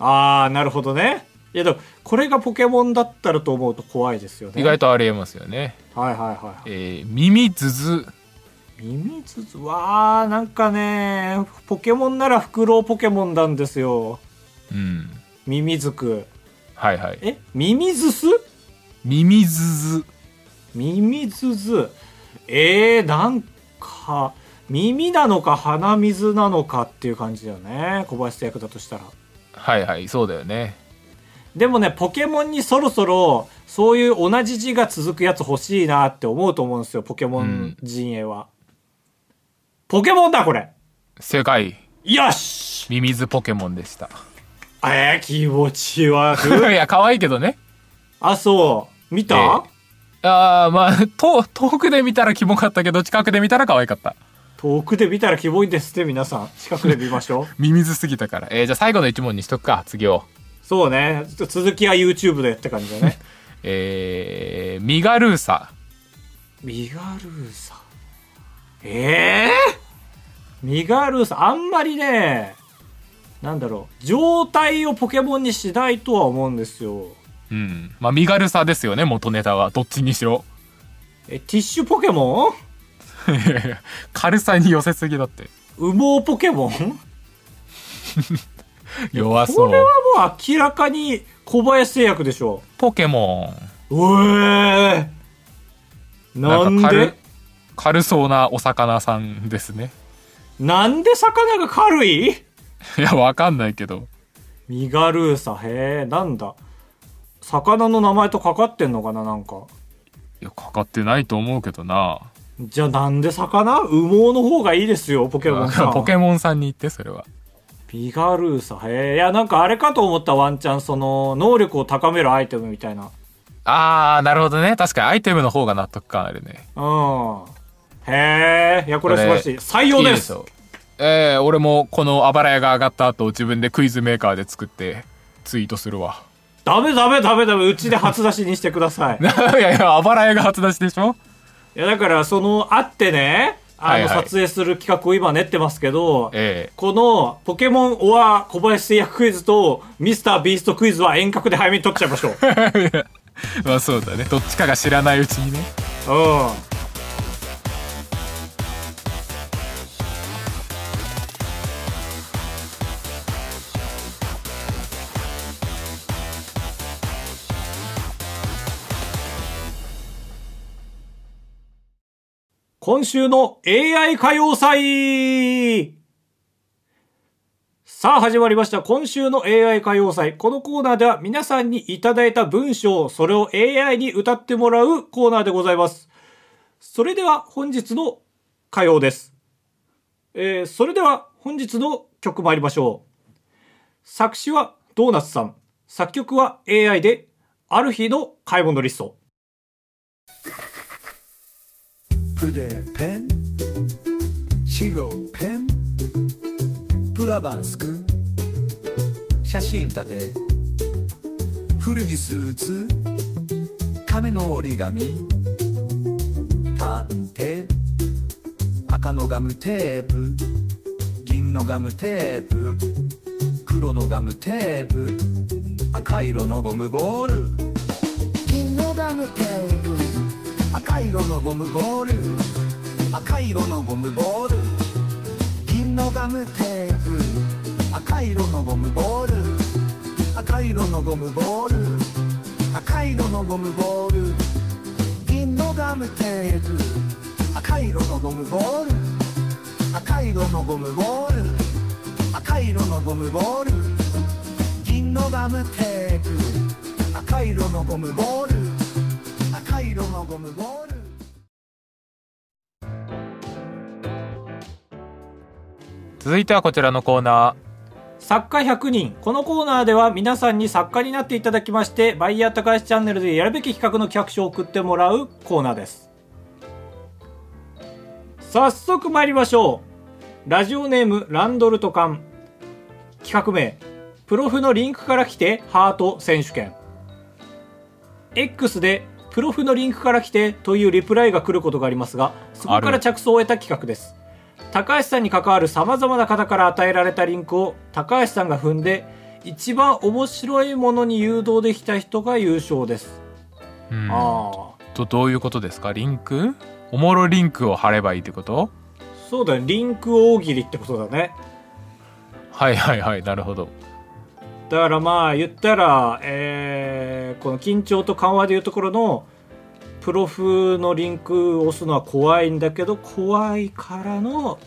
S1: ああなるほどねいやでもこれがポケモンだったらと思うと怖いですよね
S2: 意外とありえますよね、
S1: はいはいはい
S2: えー、耳ズズ
S1: ミミズズわーなんかねポケモンならフクロウポケモンなんですよ
S2: うん
S1: ミミズク
S2: はいはい
S1: えミミズス
S2: ミミズズ
S1: ミミズズえー、なんか耳なのか鼻水なのかっていう感じだよね小林製薬だとしたら
S2: はいはいそうだよね
S1: でもねポケモンにそろそろそういう同じ字が続くやつ欲しいなって思うと思うんですよポケモン陣営は、ポケモンだこれ
S2: 正解
S1: よし
S2: ミミズポケモンでした
S1: えー、気持ち悪い
S2: [laughs] いや可愛いけどね
S1: あそう見た、
S2: ああまあと遠くで見たらキモかったけど近くで見たら可愛かった
S1: 遠くで見たらキモいんですって皆さん近くで見ましょ [laughs] う
S2: ミミズすぎたからえーじゃあ最後の一問にしとくか次を
S1: そうねちょっと続きは YouTube でって感じだね
S2: えー、ミガルーサ
S1: [laughs] ミガルーサええミガルーサあんまりねなんだろう状態をポケモンにしないとは思うんですよ
S2: うんまあミガルーサですよね元ネタはどっちにしろ
S1: えティッシュポケモン
S2: 軽さに寄せすぎだって
S1: 羽毛ポケモン
S2: 弱
S1: こ
S2: そう
S1: れはもう明らかに小林製薬でしょ
S2: ポケモ
S1: うえー、
S2: ンな
S1: なんん
S2: か軽
S1: で
S2: 軽そうなお魚さんですね
S1: なんで魚が軽い
S2: いやわかんないけど
S1: ミガルーサへえなんだ魚の名前とかかってんのかななんか
S2: いやかかってないと思うけどな
S1: じゃあなんで魚羽毛の方がいいですよポケモンさん
S2: [laughs] ポケモンさんに言ってそれは
S1: ミガルーサへえいやなんかあれかと思ったワンチャンその能力を高めるアイテムみたいな
S2: あーなるほどね確かにアイテムの方が納得感あるね
S1: うんへえいやこれ素晴らしい採用
S2: いい
S1: で
S2: ですしょええ俺もこのあばら屋が上がった後自分でクイズメーカーで作ってツイートするわ [laughs]
S1: ダメダメダメダメうちで初出しにしてください
S2: いやいやあばら屋が初出しでしょ
S1: いやだからその会ってねあの
S2: はいはい
S1: 撮影する企画を今練ってますけど、
S2: え
S1: このポケモンオア小林製薬クイズとミスタービーストクイズは遠隔で早めに取っちゃいましょう。うん。
S2: えまあそうだねどっちかが知らないうちにね
S1: 今週の AI 歌謡祭さあ始まりました。今週の AI 歌謡祭。このコーナーでは皆さんにいただいた文章、それを AI に歌ってもらうコーナーでございます。それでは本日の歌謡です。えー、それでは本日の曲参りましょう。作詞はドーナツさん。作曲は AI で、ある日の買い物リスト。
S4: 筆ペン白ペンプラバンスク写真立て古着スーツ亀の折り紙探偵赤のガムテープ銀のガムテープ黒のガムテープ赤色のゴムボール銀のガムテープ赤色のゴムボール赤色のゴムボール銀のガムテープ赤色のゴムボール赤色のゴムボール赤色のゴムボール銀のガムテープ赤色のゴムボール赤色のゴムボール赤色のゴムボール銀のガムテープ赤色のゴムボール赤色のゴムボール
S2: 続いてはこちらのコーナ
S1: 作家100人このコーナーでは皆さんに作家になっていただきましてバイヤー高橋チャンネルでやるべき企画の企画書を送ってもらうコーナーです早速参りましょうラジオネームランドルトカン企画名プロフのリンクから来てハート選手権 X でプロフのリンクから来てというリプライが来ることがありますがそこから着想を得た企画です高橋さんに関わるさまざまな方から与えられたリンクを高橋さんが踏んで一番面白いものに誘導できた人が優勝です、
S2: ーうん
S1: ああ
S2: とどういうことですかリンクおもろリンクを貼ればいいってこと
S1: そうだねリンク大喜利ってことだね
S2: はいはいはいなるほど
S1: だからまあ言ったら、えーこの緊張と緩和でいうところのプロフのリンクを押すのは怖いんだけど怖いからの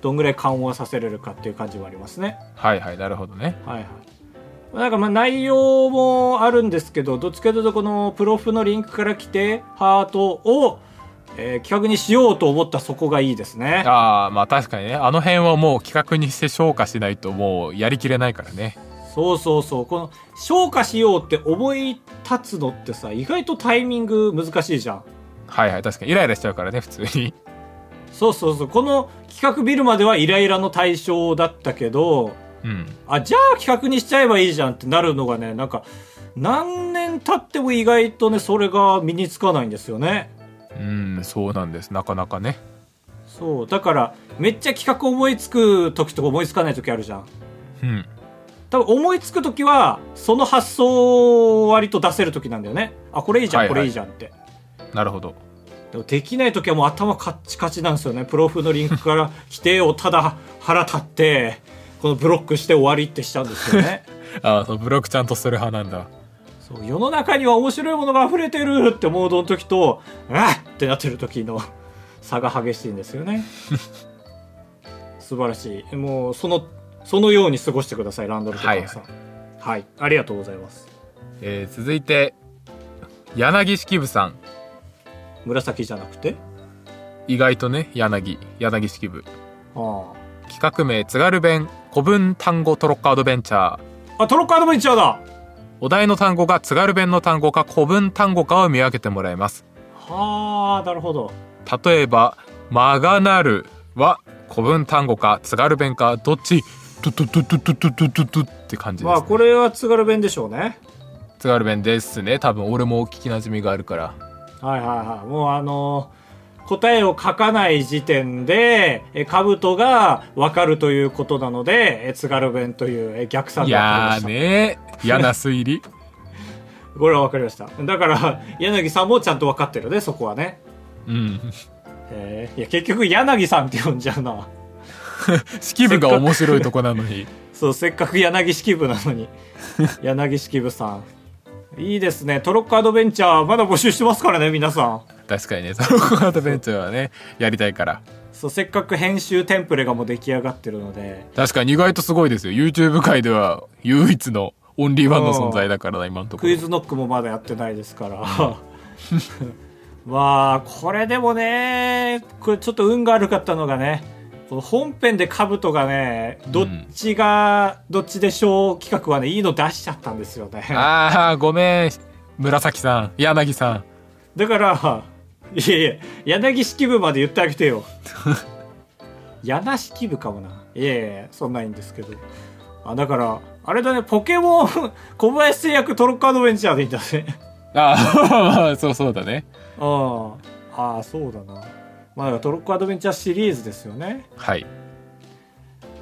S1: どんぐらい緩和させれるかっていう感じもありますね
S2: はいはいなるほどね
S1: はいはいなんかまあ内容もあるんですけどどっちかというとこのプロフのリンクから来てハートを、えー企画にしようと思ったそこがいいですね
S2: ああまあ確かにねあの辺はもう企画にして消化しないともうやりきれないからね
S1: そうそうそうこの消化しようって思い立つのってさ意外とタイミング難しいじゃん
S2: はいはい確かにイライラしちゃうからね普通に [laughs]
S1: そうそうそうこの企画見るまではイライラの対象だったけど
S2: うん
S1: あじゃあ企画にしちゃえばいいじゃんってなるのがねなんか何年経っても意外とねそれが身につかないんですよね
S2: うんそうなんですなかなかね
S1: そうだからめっちゃ企画思いつく時とか思いつかない時あるじゃん
S2: うん
S1: 多分思いつく時はその発想を割と出せる時なんだよねあこれいいじゃん、
S2: はいは
S1: こ
S2: い
S1: れいいじゃんって
S2: なるほど
S1: でもできない時はもう頭カッチカチなんですよねプロフのリンクから規定をただ腹立ってこのブロックして終わりってしちゃうんですよ [laughs] ね
S2: ああそうブロックちゃんとする派なんだ
S1: そう世の中には面白いものが溢れてるってモードの時とうわっってなってる時の [laughs] 差が激しいんですよね素晴らしいもうそのそのように過ごしてくださいランドルトカーさんはい、ありがとうございます
S2: えー続いて柳式部さん
S1: 紫じゃなくて
S2: 意外とね柳柳式部
S1: あ
S2: 企画名津軽弁古文単語トロッコアドベンチャー
S1: ああトロッコアドベンチャーだは
S2: お題の単語が津軽弁の単語か古文単語かを見分けてもらいます
S1: あなるほど
S2: 例えば「まがなる」は古文単語か津軽弁かどっちトゥトゥトゥトゥトゥトゥトゥトゥって感じで、
S1: ますあこれは津軽弁でしょうね
S2: 津軽弁ですね多分俺も聞きなじみがあるから
S1: はいはいはい。もうあのー答えを書かない時点で、え、兜がわかるということなので、え、津軽弁というえ逆算
S2: い
S1: がわか
S2: や
S1: り
S2: ー
S1: まし
S2: ね嫌な推理
S1: た。これはわかりました。だから、柳さんもちゃんとわかってるね、そこはね。
S2: うん
S1: えーいや、結局柳さんって呼んじゃうな。
S2: 式部が面白いとこなのに
S1: そう、せっかく柳式部なのに。柳式部さん。いいですね。トロッコアドベンチャー、まだ募集してますからね、皆さん。
S2: 確かにねトロッコアドベンチャーはねやりたいから
S1: そう、せっかく編集テンプレがもう出来上がってるので、
S2: 確かに意外とすごいですよ YouTube 界では唯一のオンリーワンの存在だからな今のとこ
S1: ク
S2: ろ
S1: イズノックもまだやってないですから。 [laughs] まあ、これでもね、これちょっと運が悪かったのがね、この本編で兜がね、どっちが、どっちでしょう企画はね、いいの出しちゃったんですよね。
S2: ああごめん紫さん柳さん
S1: だから、いやいや、柳式部まで言ってあげてよ。柳式部かもな。いやいや、そんないんですけど。あ、だから、あれだね、ポケモン、小林製薬トロッコアドベンチャーでいいんだね。
S2: あーまあそうそうだね
S1: ああああそうだなまあトロッコアドベンチャーシリーズですよね
S2: はい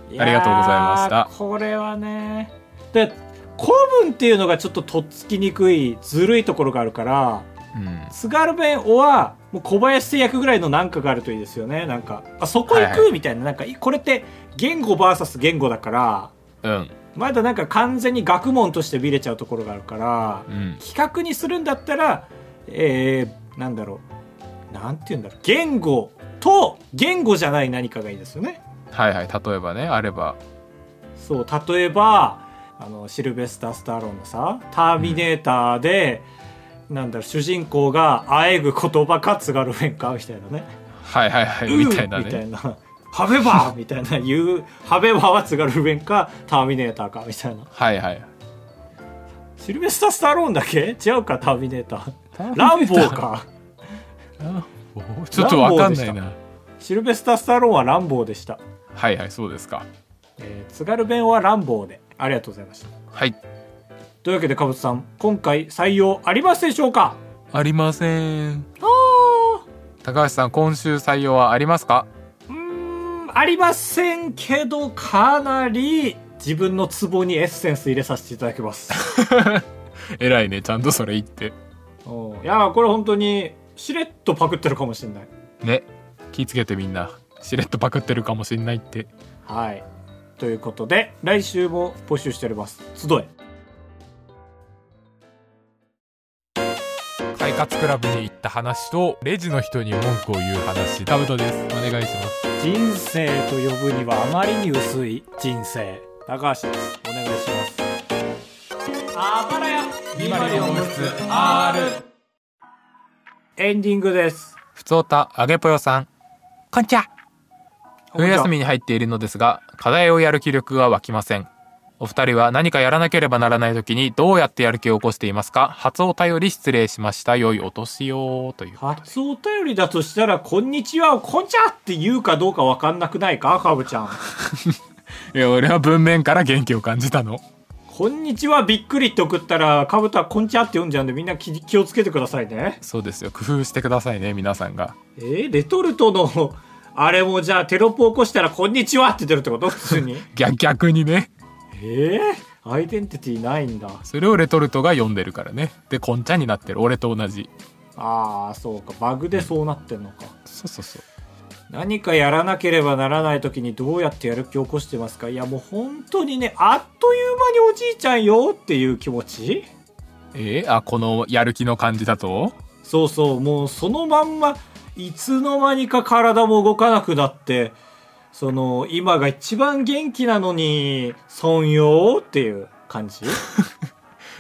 S1: あり
S2: ありがとうございました
S1: これはねで古文っていうのがちょっととっつきにくいずるいところがあるから
S2: うん
S1: 津軽弁おはもう小林製薬ぐらいのなんかがあるといいですよねなんかあそこ行
S2: はいは
S1: くみたいな,、なんかこれって言語 VS 言語だから
S2: うん
S1: まだなんか完全に学問として見れちゃうところがあるから
S2: うん
S1: 企画にするんだったら、えー、なんだろうなんて言うんだろう言語と言語じゃない何かがいいですよね
S2: はいはい例えばねあれば
S1: そう例えばあのシルベスター・スタローンのさ「ターミネーターで」なんだろう主人公があえぐ言葉か津軽弁かみたいなね
S2: はいはいはいみたいな
S1: みた
S2: ね
S1: いな「ハベバー」みたいな言う「ハベバーは津軽弁かターミネーターか」みたいな
S2: はいはい
S1: シルベスター・スタローンだけ違うかターミネーターランボーか
S2: おーちょっとわかんない
S1: ラ
S2: な
S1: シルベスター・スタローンはランボーでした
S2: はいはいそうですか
S1: えー津軽弁は乱暴でありがとうございました
S2: はい
S1: というわけでかぶつさん今回採用ありますでしょうか
S2: ありません高橋さん今週採用はありますか
S1: うーんありませんけどかなり自分のツボにエッセンス入れさせていただきます [laughs]
S2: 偉いねちゃんとそれ言って
S1: うんうんいやーこれ本当にしれっとパクってるかもしれない
S2: ね気ぃつけてみんなしれっとパクってるかもしんないって
S1: はいということで来週も募集しております集え
S2: 快活クラブに行った話とレジの人に文句を言う話ダブトですお願いします
S1: 人生と呼ぶにはあまりに薄い人生高橋ですお願いしますあばらやエンディングです
S2: ふつおたあげぽよさんこんにちは冬休み
S1: に
S2: に入っているのですが課題をやる気力が湧きませんお二人は何かやらなければならない時にどうやってやる気を起こしていますか初お便り失礼しました良いお年をという
S1: 初お便りだとしたら「こんにちは」を「こんちゃ」って言うかどうかわかんなくないかカブちゃん「
S2: いや俺は文面から元気を感じたの
S1: こんにちはびっくり」って送ったらカブとは「こんちゃ」って読んじゃうんでみんな気気をつけてくださいね
S2: そうですよ工夫してくださいね皆さんが
S1: えー、レトルトのあれもじゃあテロップ起こしたら「こんにちは」って出るってこと普通に
S2: 逆逆にね
S1: ええー、アイデンティティないんだ
S2: それをレトルトが読んでるからねでこんちゃんになってる俺と同じ
S1: ああそうかバグでそうなってんのか
S2: そうそうそう
S1: 何かやらなければならない時にどうやってやる気を起こしてますかいやもう本当にねあっという間におじいちゃんよっていう気持ち
S2: えーあこのやる気の感じだと
S1: そうそうもうそのまんまいつの間にか体も動かなくなってその今が一番元気なのに損よっていう感じ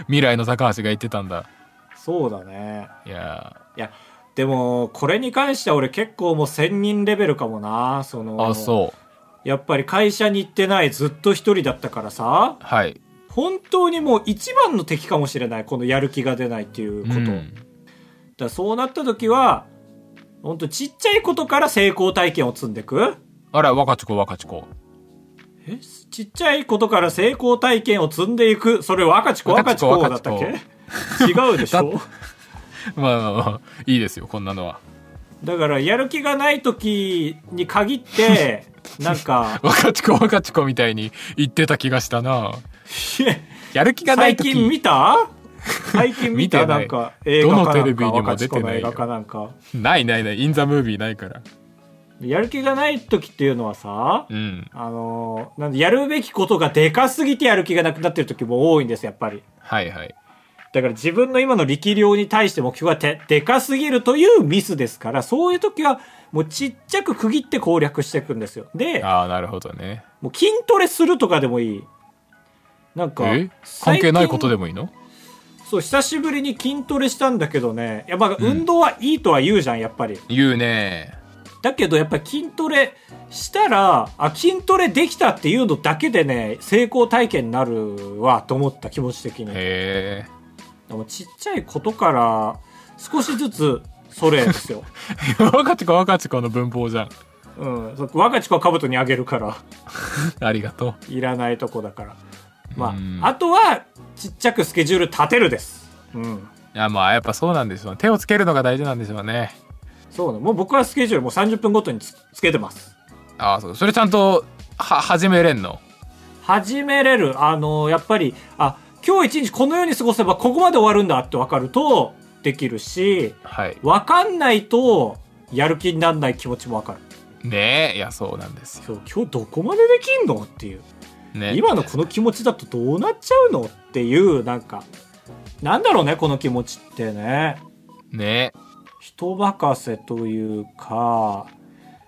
S2: 未来の高橋が言ってたんだ
S1: そうだね
S2: いや
S1: いやでもこれに関しては俺結構もう1000人レベルかもなその
S2: ーあそう
S1: やっぱり会社に行ってないずっと一人だったからさ
S2: はい
S1: 本当にもう一番の敵かもしれないこのやる気が出ないっていうこと、
S2: う
S1: だか
S2: ん
S1: らそうなった時は本当ちっちゃいことから成功体験を積んでく
S2: あら若ち子若ち子
S1: えちっちゃいことから成功体験を積んでいくそれ若ち子若ち子だったっ
S2: 若
S1: け違うでしょ
S2: まあまあまあいいですよこんなのは [laughs]
S1: だからやる気がない時に限ってなん
S2: [laughs]
S1: か
S2: 若ち子若ち子みたいに言ってた気がしたなやる気がない
S1: 最
S2: 時
S1: 近見た最近見た
S2: 見てな
S1: な
S2: い
S1: んか映画かなんか
S2: どのテレビにも出
S1: 若智子
S2: てないよ
S1: の映画かなんか
S2: ないないないインザムービーないから
S1: やる気がない時っていうのはさ、
S2: うん
S1: あのーなんでやるべきことがでかすぎてやる気がなくなってる時も多いんですやっぱり
S2: はいはい
S1: だから自分の今の力量に対して目標がてでかすぎるというミスですからそういう時はもうちっちゃく区切って攻略していくんですよで
S2: ああなるほどね
S1: もう筋トレするとかでもいいなんか
S2: え関係ないこと
S1: で
S2: でもいいの
S1: そう久しぶりに筋トレしたんだけどねいやまあ運動はいいとは言うじゃんやっぱり
S2: 言うね
S1: だけどやっぱり筋トレしたらあ筋トレできたっていうのだけでね成功体験になるわと思った気持ち的にで
S2: へえ
S1: もちっちゃいことから少しずつそれです
S2: [laughs]
S1: よ、
S2: 若ち子若ち子の文法じゃん
S1: うん、そう若ち子は兜にあげるから
S2: ありがと
S1: いらないとこだからま
S2: うん
S1: ああとはちっちゃくスケジュール立てるですうん
S2: ういやまあやっぱそうなんでしょう手をつけるのが大事なんでしょうね
S1: そうねもう僕はスケジュールもう30分ごとにつつけてます
S2: ああそうそれちゃんとは始めれんの
S1: 始めれるあのやっぱりあ今日一日このように過ごせばここまで終わるんだって分かるとできるし
S2: はい
S1: 分かんないとやる気にならない気持ちも分かる
S2: ねえいやそうなんです
S1: 今
S2: よ
S1: 日今日どこまでできんのっていう
S2: ね
S1: 今のこの気持ちだとどうなっちゃうのっていうなんかなんだろうねこの気持ちってね
S2: ね
S1: 人任せというか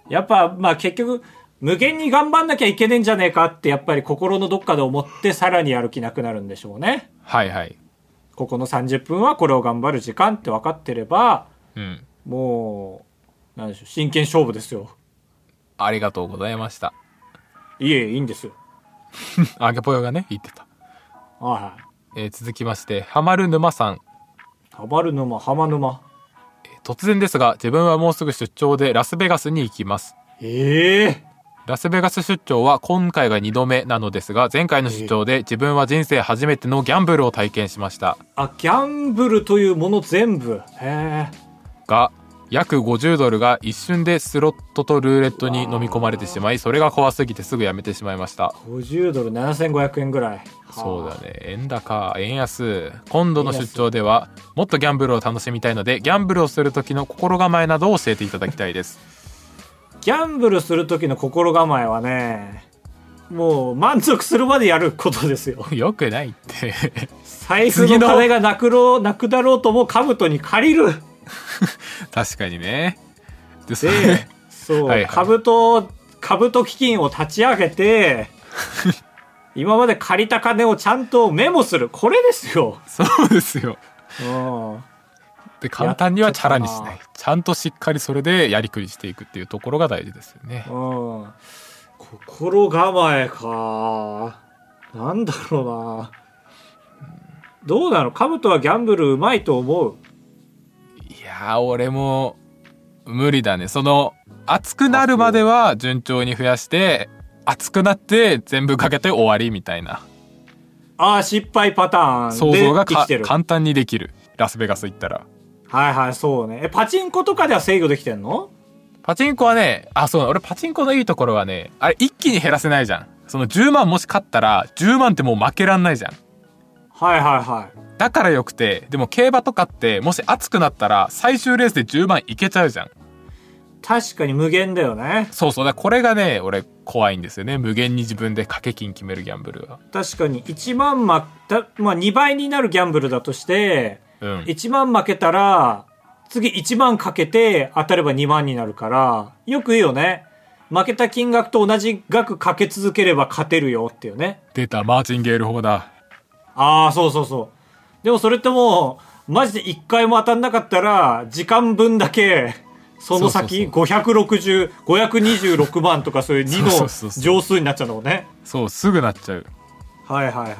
S1: やっぱまあ結局無限に頑張んなきゃいけねえんじゃねえかってやっぱり心のどっかで思ってさらにやる気なくなるんでしょうね。
S2: はいはい
S1: ここの30分はこれを頑張る時間って分かってれば
S2: うん
S1: もうなんでしょう真剣勝負ですよ
S2: ありがとうございました
S1: いえいいんですよ
S2: あげぽよがね言ってた、
S1: は
S2: えー続きましてハマる沼さん
S1: いはまる沼浜沼
S2: えー突然ですが自分はもうすぐ出張でラスベガスに行きます
S1: ええ
S2: ラスベガス出張は今回が2度目なのですが前回の出張で自分は人生初めてのギャンブルを体験しました
S1: あギャンブルというもの全部へえ
S2: が約50ドルが一瞬でスロットとルーレットに飲み込まれてしまいそれが怖すぎてすぐやめてしまいました
S1: 50ドル7500円ぐらいはあ
S2: そうだね円高円安今度の出張ではもっとギャンブルを楽しみたいのでギャンブルをする時の心構えなどを教えていただきたいです
S1: ギャンブルする時の心構えはねもう満足するまでやることですよ
S2: [laughs] よくないって
S1: 財布の金がなくろうなくだろうとも兜に借りる
S2: [laughs] 確かにねでそ
S1: で
S2: れ
S1: そう、
S2: はいはい
S1: 兜を兜基金を立ち上げ
S2: [laughs]
S1: て今まで借りた金をちゃんとメモするこれですよ、
S2: そうですよ
S1: うん、
S2: で簡単にはチャラにしな
S1: や
S2: い
S1: っち
S2: ちゃんとしっかりそれでやりくりしていくっていうところが大事ですよね
S1: うん心構えかなんだろうなどうなのカブトはギャンブルうまいと思う
S2: いやー俺も無理だねその熱くなるまでは順調に増やして熱くなって全部かけて終わりみたいな
S1: ああ失敗パターン
S2: 想
S1: で
S2: 像が
S1: 生
S2: か
S1: きてるは
S2: 簡単にできるラスベガス行ったら
S1: いはいそうねえパチンコとかでは制御できてんの
S2: パチンコはねあそうだ俺パチンコのいいところはねあれ一気に減らせないじゃんその10万もし勝ったら10万ってもう負けらんないじゃん
S1: はいはいはい
S2: だからよくてでも競馬とかってもし熱くなったら最終レースで10万いけちゃうじゃん
S1: 確かに無限だよね
S2: そうそうだからこれがね俺怖いんですよね無限に自分で賭け金決めるギャンブルは
S1: 確かに1万また、まあ、2倍になるギャンブルだとして
S2: うん
S1: 1万負けたら次1万かけて当たれば2万になるからよく言うよね負けた金額と同じ額かけ続ければ勝てるよっていうね
S2: 出たマーチンゲール法だ
S1: ああそうそうそうでもそれってもうマジで1回も当たんなかったら時間分だ
S2: [laughs]
S1: けその先560526万とかそういう2
S2: そうそうそうそ
S1: の
S2: う
S1: 乗数になっちゃうんだもんね
S2: そうすぐなっちゃう
S1: はいはいはい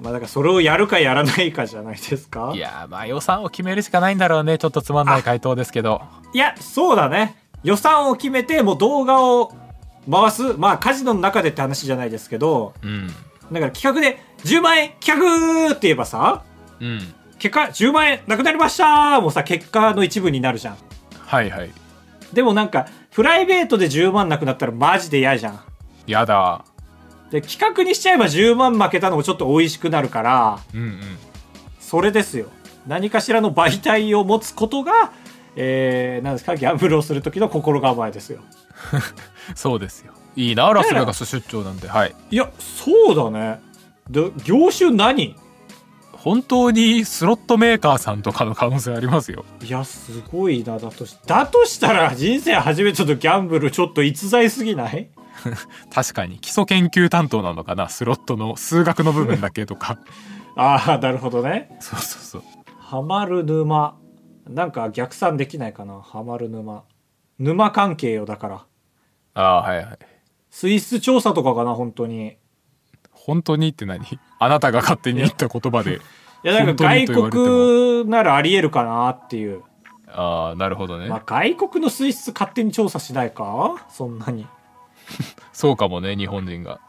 S1: まあだからそれをやるかやらないかじゃないですか
S2: いやーまあ予算を決めるしかないんだろうねちょっとつまんない回答ですけど
S1: いや、そうだね。予算を決めて、もう動画を回す。まあ、カジノの中でって話じゃないですけど、
S2: うん
S1: だから企画で10万円企画って言えばさ、
S2: うん
S1: 結果10万円なくなりましたもうさ、結果の一部になるじゃん。
S2: はいはい
S1: でもなんか、プライベートで10万なくなったらマジで嫌じゃん。
S2: やだ
S1: で、企画にしちゃえば10万負けたのもちょっと美味しくなるから、
S2: うんうん
S1: それですよ。何かしらの媒体を持つことが、えー、なんですか、ギャンブルをする時の心構えですよ。
S2: そうですよいいなラスベガス出張なんてはい
S1: いや、そうだね。で、業種何
S2: 本当にスロットメーカーさんとかの可能性ありますよ
S1: いや、すごいな。だとし、だとしたら人生初めてのギャンブルちょっと逸材すぎない
S2: 確かに基礎研究担当なのかなスロットの数学の部分だけとか
S1: ああ、なるほどね。
S2: [laughs] そうそうそう
S1: ハマる沼。なんか逆算できないかな。ハマる沼。沼関係よ、だから。
S2: ああーはいはい
S1: 水質調査とかかな、本当に。
S2: 本当にって何あなたが勝手に言った言葉で
S1: いや、なんか
S2: 本当にと言わ
S1: 外
S2: れても
S1: 国ならありえるかなっていう。
S2: ああなるほどね、
S1: まあ、外国の水質勝手に調査しないかそんなに。
S2: そうかもね日本人が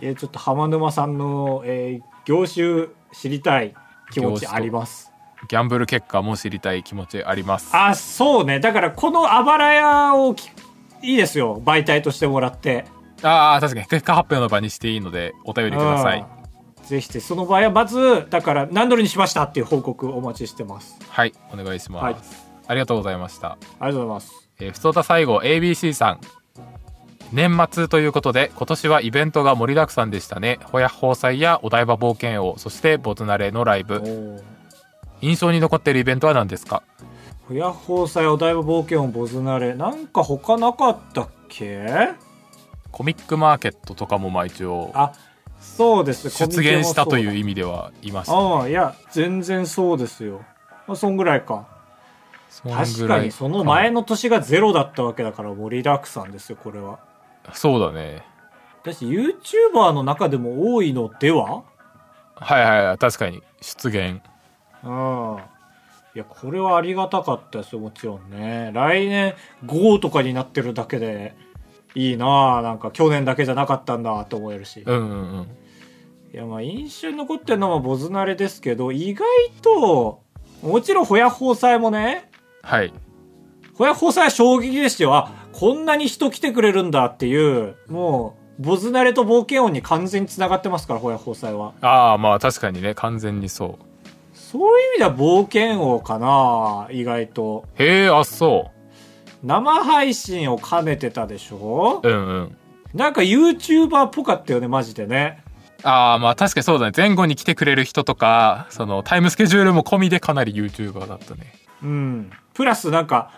S1: えーちょっと浜沼さんの、えー業種知りたい気持ちあります
S2: ギャンブル結果も知りたい気持ちあります
S1: あそうねだからこのあばら屋をきいいですよ媒体としてもらって
S2: ああ確かに結果発表の場にしていいのでお便りください
S1: うんぜひぜひその場合はまずだから何ドルにしましたっていう報告お待ちしてます
S2: はいお願いします、
S1: はい
S2: ありがとうございました
S1: ありがとうございます
S2: えー、ふつおた最後 ABC さん年末ということで今年はイベントが盛りだくさんでしたねほやほうさいやお台場冒険王そしてボツナレのライ
S1: お
S2: ブ
S1: ー
S2: 印象に残っているイベントは何ですか
S1: ほやほうさいお台場冒険王ボズナレなんか他なかったっけ
S2: コミックマーケットとかもまあ一応
S1: あそうです
S2: 出現したという
S1: う
S2: 意味ではいました
S1: ああいや全然そうですよまあそんぐらいか
S2: そんぐらい
S1: 確かにその前の年がゼロだったわけだから盛りだくさんですよこれは
S2: そうだね
S1: 私 YouTuber の中でも多いのでは
S2: はいはいはい確かに出現
S1: うんいやこれはありがたかったですよもちろんね来年5とかになってるだけでいいなあなんか去年だけじゃなかったんだと思えるし
S2: うんうんうん
S1: いやまあ印象に残ってるのはボズ慣れですけど意外ともちろんホヤホーさえもね
S2: はい
S1: これは放送は衝撃でしては、こんなに人来てくれるんだっていう、もう、ボズナレと冒険音に完全に繋がってますから、ホヤ放送は。
S2: ああまあ確かにね完全にそう
S1: そういう意味では冒険王かな意外と。
S2: へえあそ
S1: 生配信を兼ねてたでしょ
S2: ううんうん
S1: なんか YouTuber っぽかったよね、マジでね。
S2: ああまあ確かにそうだね前後に来てくれる人とかそのタイムスケジュールも込みでかなり YouTuber だったね
S1: うん。プラスなんか、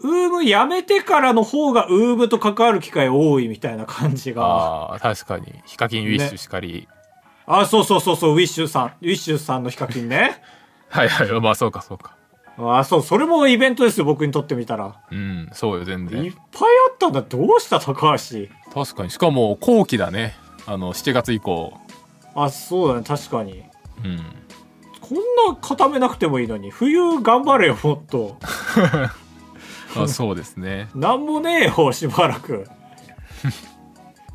S1: ウームやめてからの方がウームと関わる機会多いみたいな感じが。あ
S2: ああ確かにヒカキンウィッシュしかり、
S1: そうそうそうそう、ウィッシュさん、ウィッシュさんのヒカキンね。
S2: はいはいまあそうかそうか
S1: あそう、それもイベントですよ、僕にとってみたら。
S2: うんそうよ全
S1: いっ
S2: 然
S1: ぱいあったんだ、どうした、高橋。
S2: 確かにしかも後期だねあの7月以降
S1: あ、そうだね、確かに。
S2: うん
S1: こんな固めなくてもいいのに、冬頑張れよ、もっと。
S2: まあそうですね
S1: なんもねえよ、しばら
S2: [laughs]
S1: く。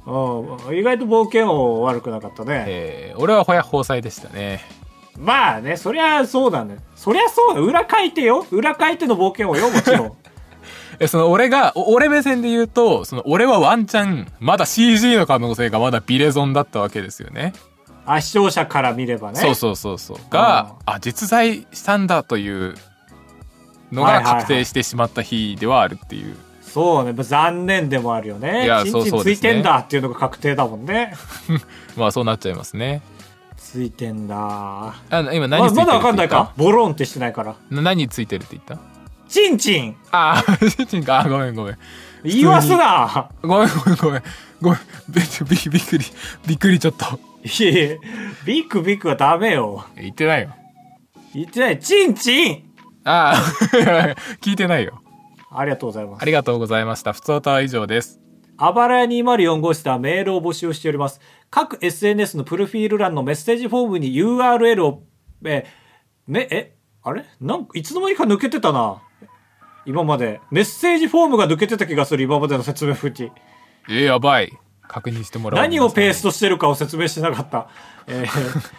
S1: うん、意外と冒険王悪くなかったね。
S2: えー、俺はほやほ祭でしたね
S1: まあね、そりゃそうだね。そりゃそうだ。裏書いてよ。裏書いての冒険王よ、もち
S2: [laughs]
S1: ろん。
S2: えその俺がお俺目線で言うとその俺はワンチャンまだ CG の可能性がまだビレゾンだったわけですよね
S1: あ、視聴者から見ればね。
S2: そうそうそうそうがあ実在したんだというの
S1: は
S2: が
S1: いはいはい
S2: 確定してしまった日ではあるっていう、
S1: そうね。まあ残念でもあるよね。
S2: いや
S1: ち
S2: そ
S1: ん
S2: う
S1: ちん
S2: そう
S1: つ
S2: で
S1: い
S2: すね
S1: てんだっていうのが確定だもんね。
S2: まあそうなっちゃいますね
S1: ついてんだ。ま
S2: あ今何
S1: ま
S2: ついてるって言った、
S1: だわかんないか。ボロンってしてないから。
S2: な何ついてるって言った
S1: ちんちん
S2: ああちんか [laughs] あごめんごめんに
S1: 言わすな [laughs]
S2: ごめんごめんごめんごめんびびびっくりびっくりちょっと
S1: いえいえ、ビッグビッグはダメよ。
S2: 言ってないよ
S1: 言ってない。ちんちん
S2: ああ [laughs] 聞いてないよ
S1: ありがとうございます
S2: あ。りがとうございましたふつおたは以上です
S1: あばらや204号室ではメールを募集しております。各 SNS のプロフィール欄のメッセージフォームに URL を、えー、め、え、あれなんか、いつの間にか抜けてたな。今まで。メッセージフォームが抜けてた気がする、今までの説明風景。
S2: えーやばい確認してもらおう
S1: 何をペーストしてるかを説明してなかった。えー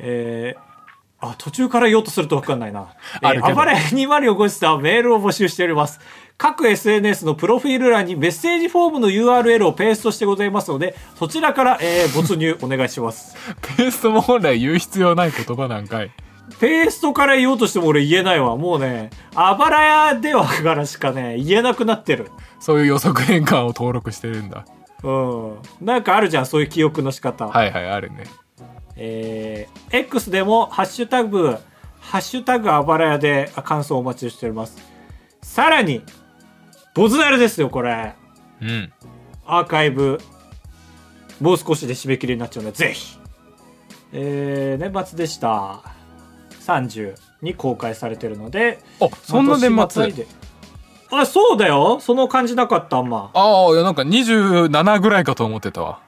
S1: えーあ、途中から言おうとすると分かんないな。え
S2: あるけ
S1: ー、
S2: ど
S1: 暴れ205室ではメールを募集しております。各 SNS のプロフィール欄にメッセージフォームの URL をペーストしてございますので、そちらから、えー没入お願いします。 [laughs]
S2: ペーストも本来言う必要ない言葉なんかい
S1: ペーストから言おうとしても俺言えないわ。もうね、あばらやではからしかね、言えなくなってる。
S2: そういう予測変換を登録してるんだ
S1: うん。なんかあるじゃん、そういう記憶の仕方。
S2: はいはいあるね
S1: えー X でも、ハッシュタグ、ハッシュタグあばらやで感想をお待ちしております。さらに、ボズナルですよ、これ。
S2: うん
S1: アーカイブ、もう少しで締め切りになっちゃうので、ぜひ。えー年末でした。30に公開されてるので、
S2: あそんな年
S1: また
S2: 末
S1: またいであ、そうだよ。その感じなかった、あんま。
S2: ああいやなんか27ぐらいかと思ってたわ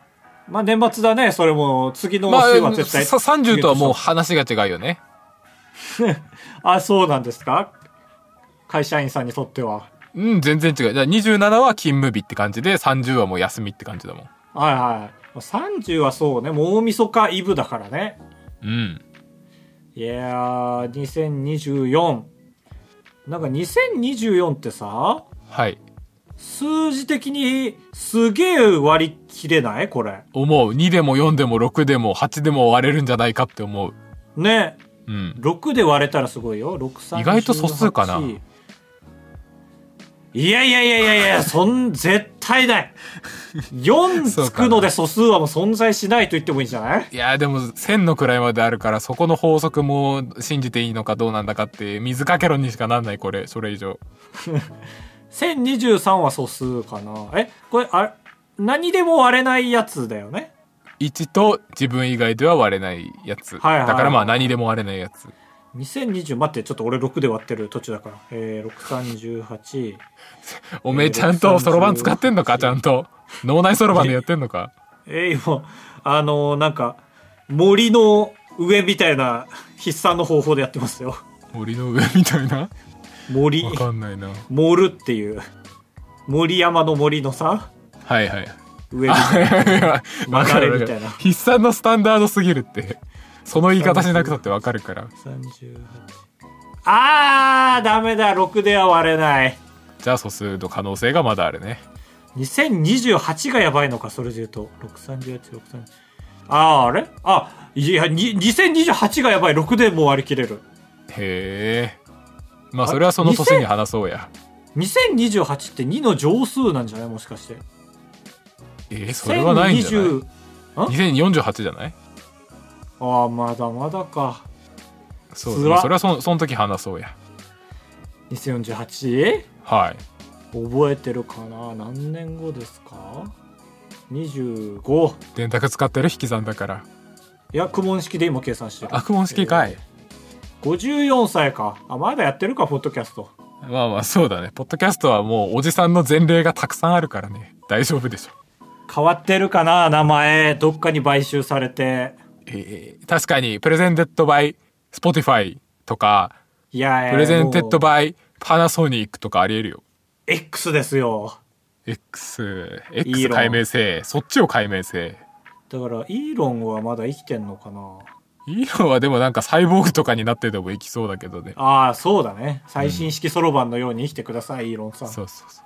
S1: まあ、年末だね、それも、次の
S2: まあ
S1: 週は絶対。
S2: さ30とはもう話が違うよね
S1: あ、そうなんですか会社員さんにとっては。
S2: うん全然違うじゃあ27は勤務日って感じで30はもう休みって感じだもん
S1: はいはい。30はそうね、もう大晦日イブだからね。
S2: うん
S1: いやー、2024。なんか2024ってさ、
S2: はい
S1: 数字的にすげえ割り切れないこれ。
S2: 思う2でも4でも6でも8でも割れるんじゃないかって思う
S1: ね。
S2: うん
S1: 6で割れたらすごいよ。6、3、
S2: 意外と素数かな
S1: 18いやいやいやいやいや、そん、絶対
S2: [laughs]
S1: ない。4つくので素数はもう存在しないと言ってもいいんじゃない
S2: いやーでも1000の位まであるからそこの法則も信じていいのかどうなんだかって水かけ論にしかなんないこれそれ以上
S1: 1023は素数かなえこれあれ何でも割れないやつだよね
S2: 1と自分以外では割れないやつ、
S1: はいはい
S2: だからまあ何でも割れないやつ
S1: 2020待ってちょっと俺6で割ってる途中だからえー、6318
S2: おめえちゃんとそろばん使ってんのかちゃんと脳内そろばんでやってんのか
S1: えー、今あのーなんか森の上みたいな筆算の方法でやってますよ
S2: 森の上みたいな
S1: 森
S2: わかんないな
S1: 盛るっていう森山の森のさ
S2: はい
S1: [laughs]
S2: はい
S1: 上みたいな
S2: わかるわ
S1: 流れみ
S2: か
S1: たい
S2: る
S1: な
S2: 筆算のスタンダードすぎるってその言い方しなくたってわかるから
S1: 38あーダメだ6では割れない
S2: じゃあ素数の可能性がまだあるね
S1: 2028がやばいのかそれで言うと638638あーあれあいやに2028がやばい6でもう割り切れる
S2: へえまあ
S1: あ
S2: それはその年に話そうや
S1: 2028って2の乗数なんじゃないもしかして
S2: えー、それはないんじゃない
S1: 1020
S2: 2048じゃない
S1: ああまだまだか
S2: そう
S1: つ
S2: だ
S1: ら
S2: ねそれはそのその時話そうや
S1: 2048
S2: はい
S1: 覚えてるかな何年後ですか25
S2: 電卓使ってる引き算だから
S1: いや公文式で今計算してる
S2: 悪問式かい、
S1: 54歳かあまだやってるかフォトキャスト
S2: まあまあそうだねポッドキャストはもうおじさんの前例がたくさんあるからね大丈夫でしょ
S1: 変わってるかな名前どっかに買収されて
S2: えー確かにプレゼンテッドバイ Spotify とか
S1: いやいや
S2: プレゼンテッド
S1: イ
S2: バイパナソニックとかありえるよ
S1: X ですよ
S2: X
S1: いい
S2: X
S1: の
S2: 解明せえそっちを解明せえ
S1: だからイーロンはまだ生きてんのかな
S2: イーロンはでもなんかサイボーグとかになってでもいきそうだけどね
S1: ああそうだね最新式そろばんのように生きてください、イーロンさん
S2: そうそうそう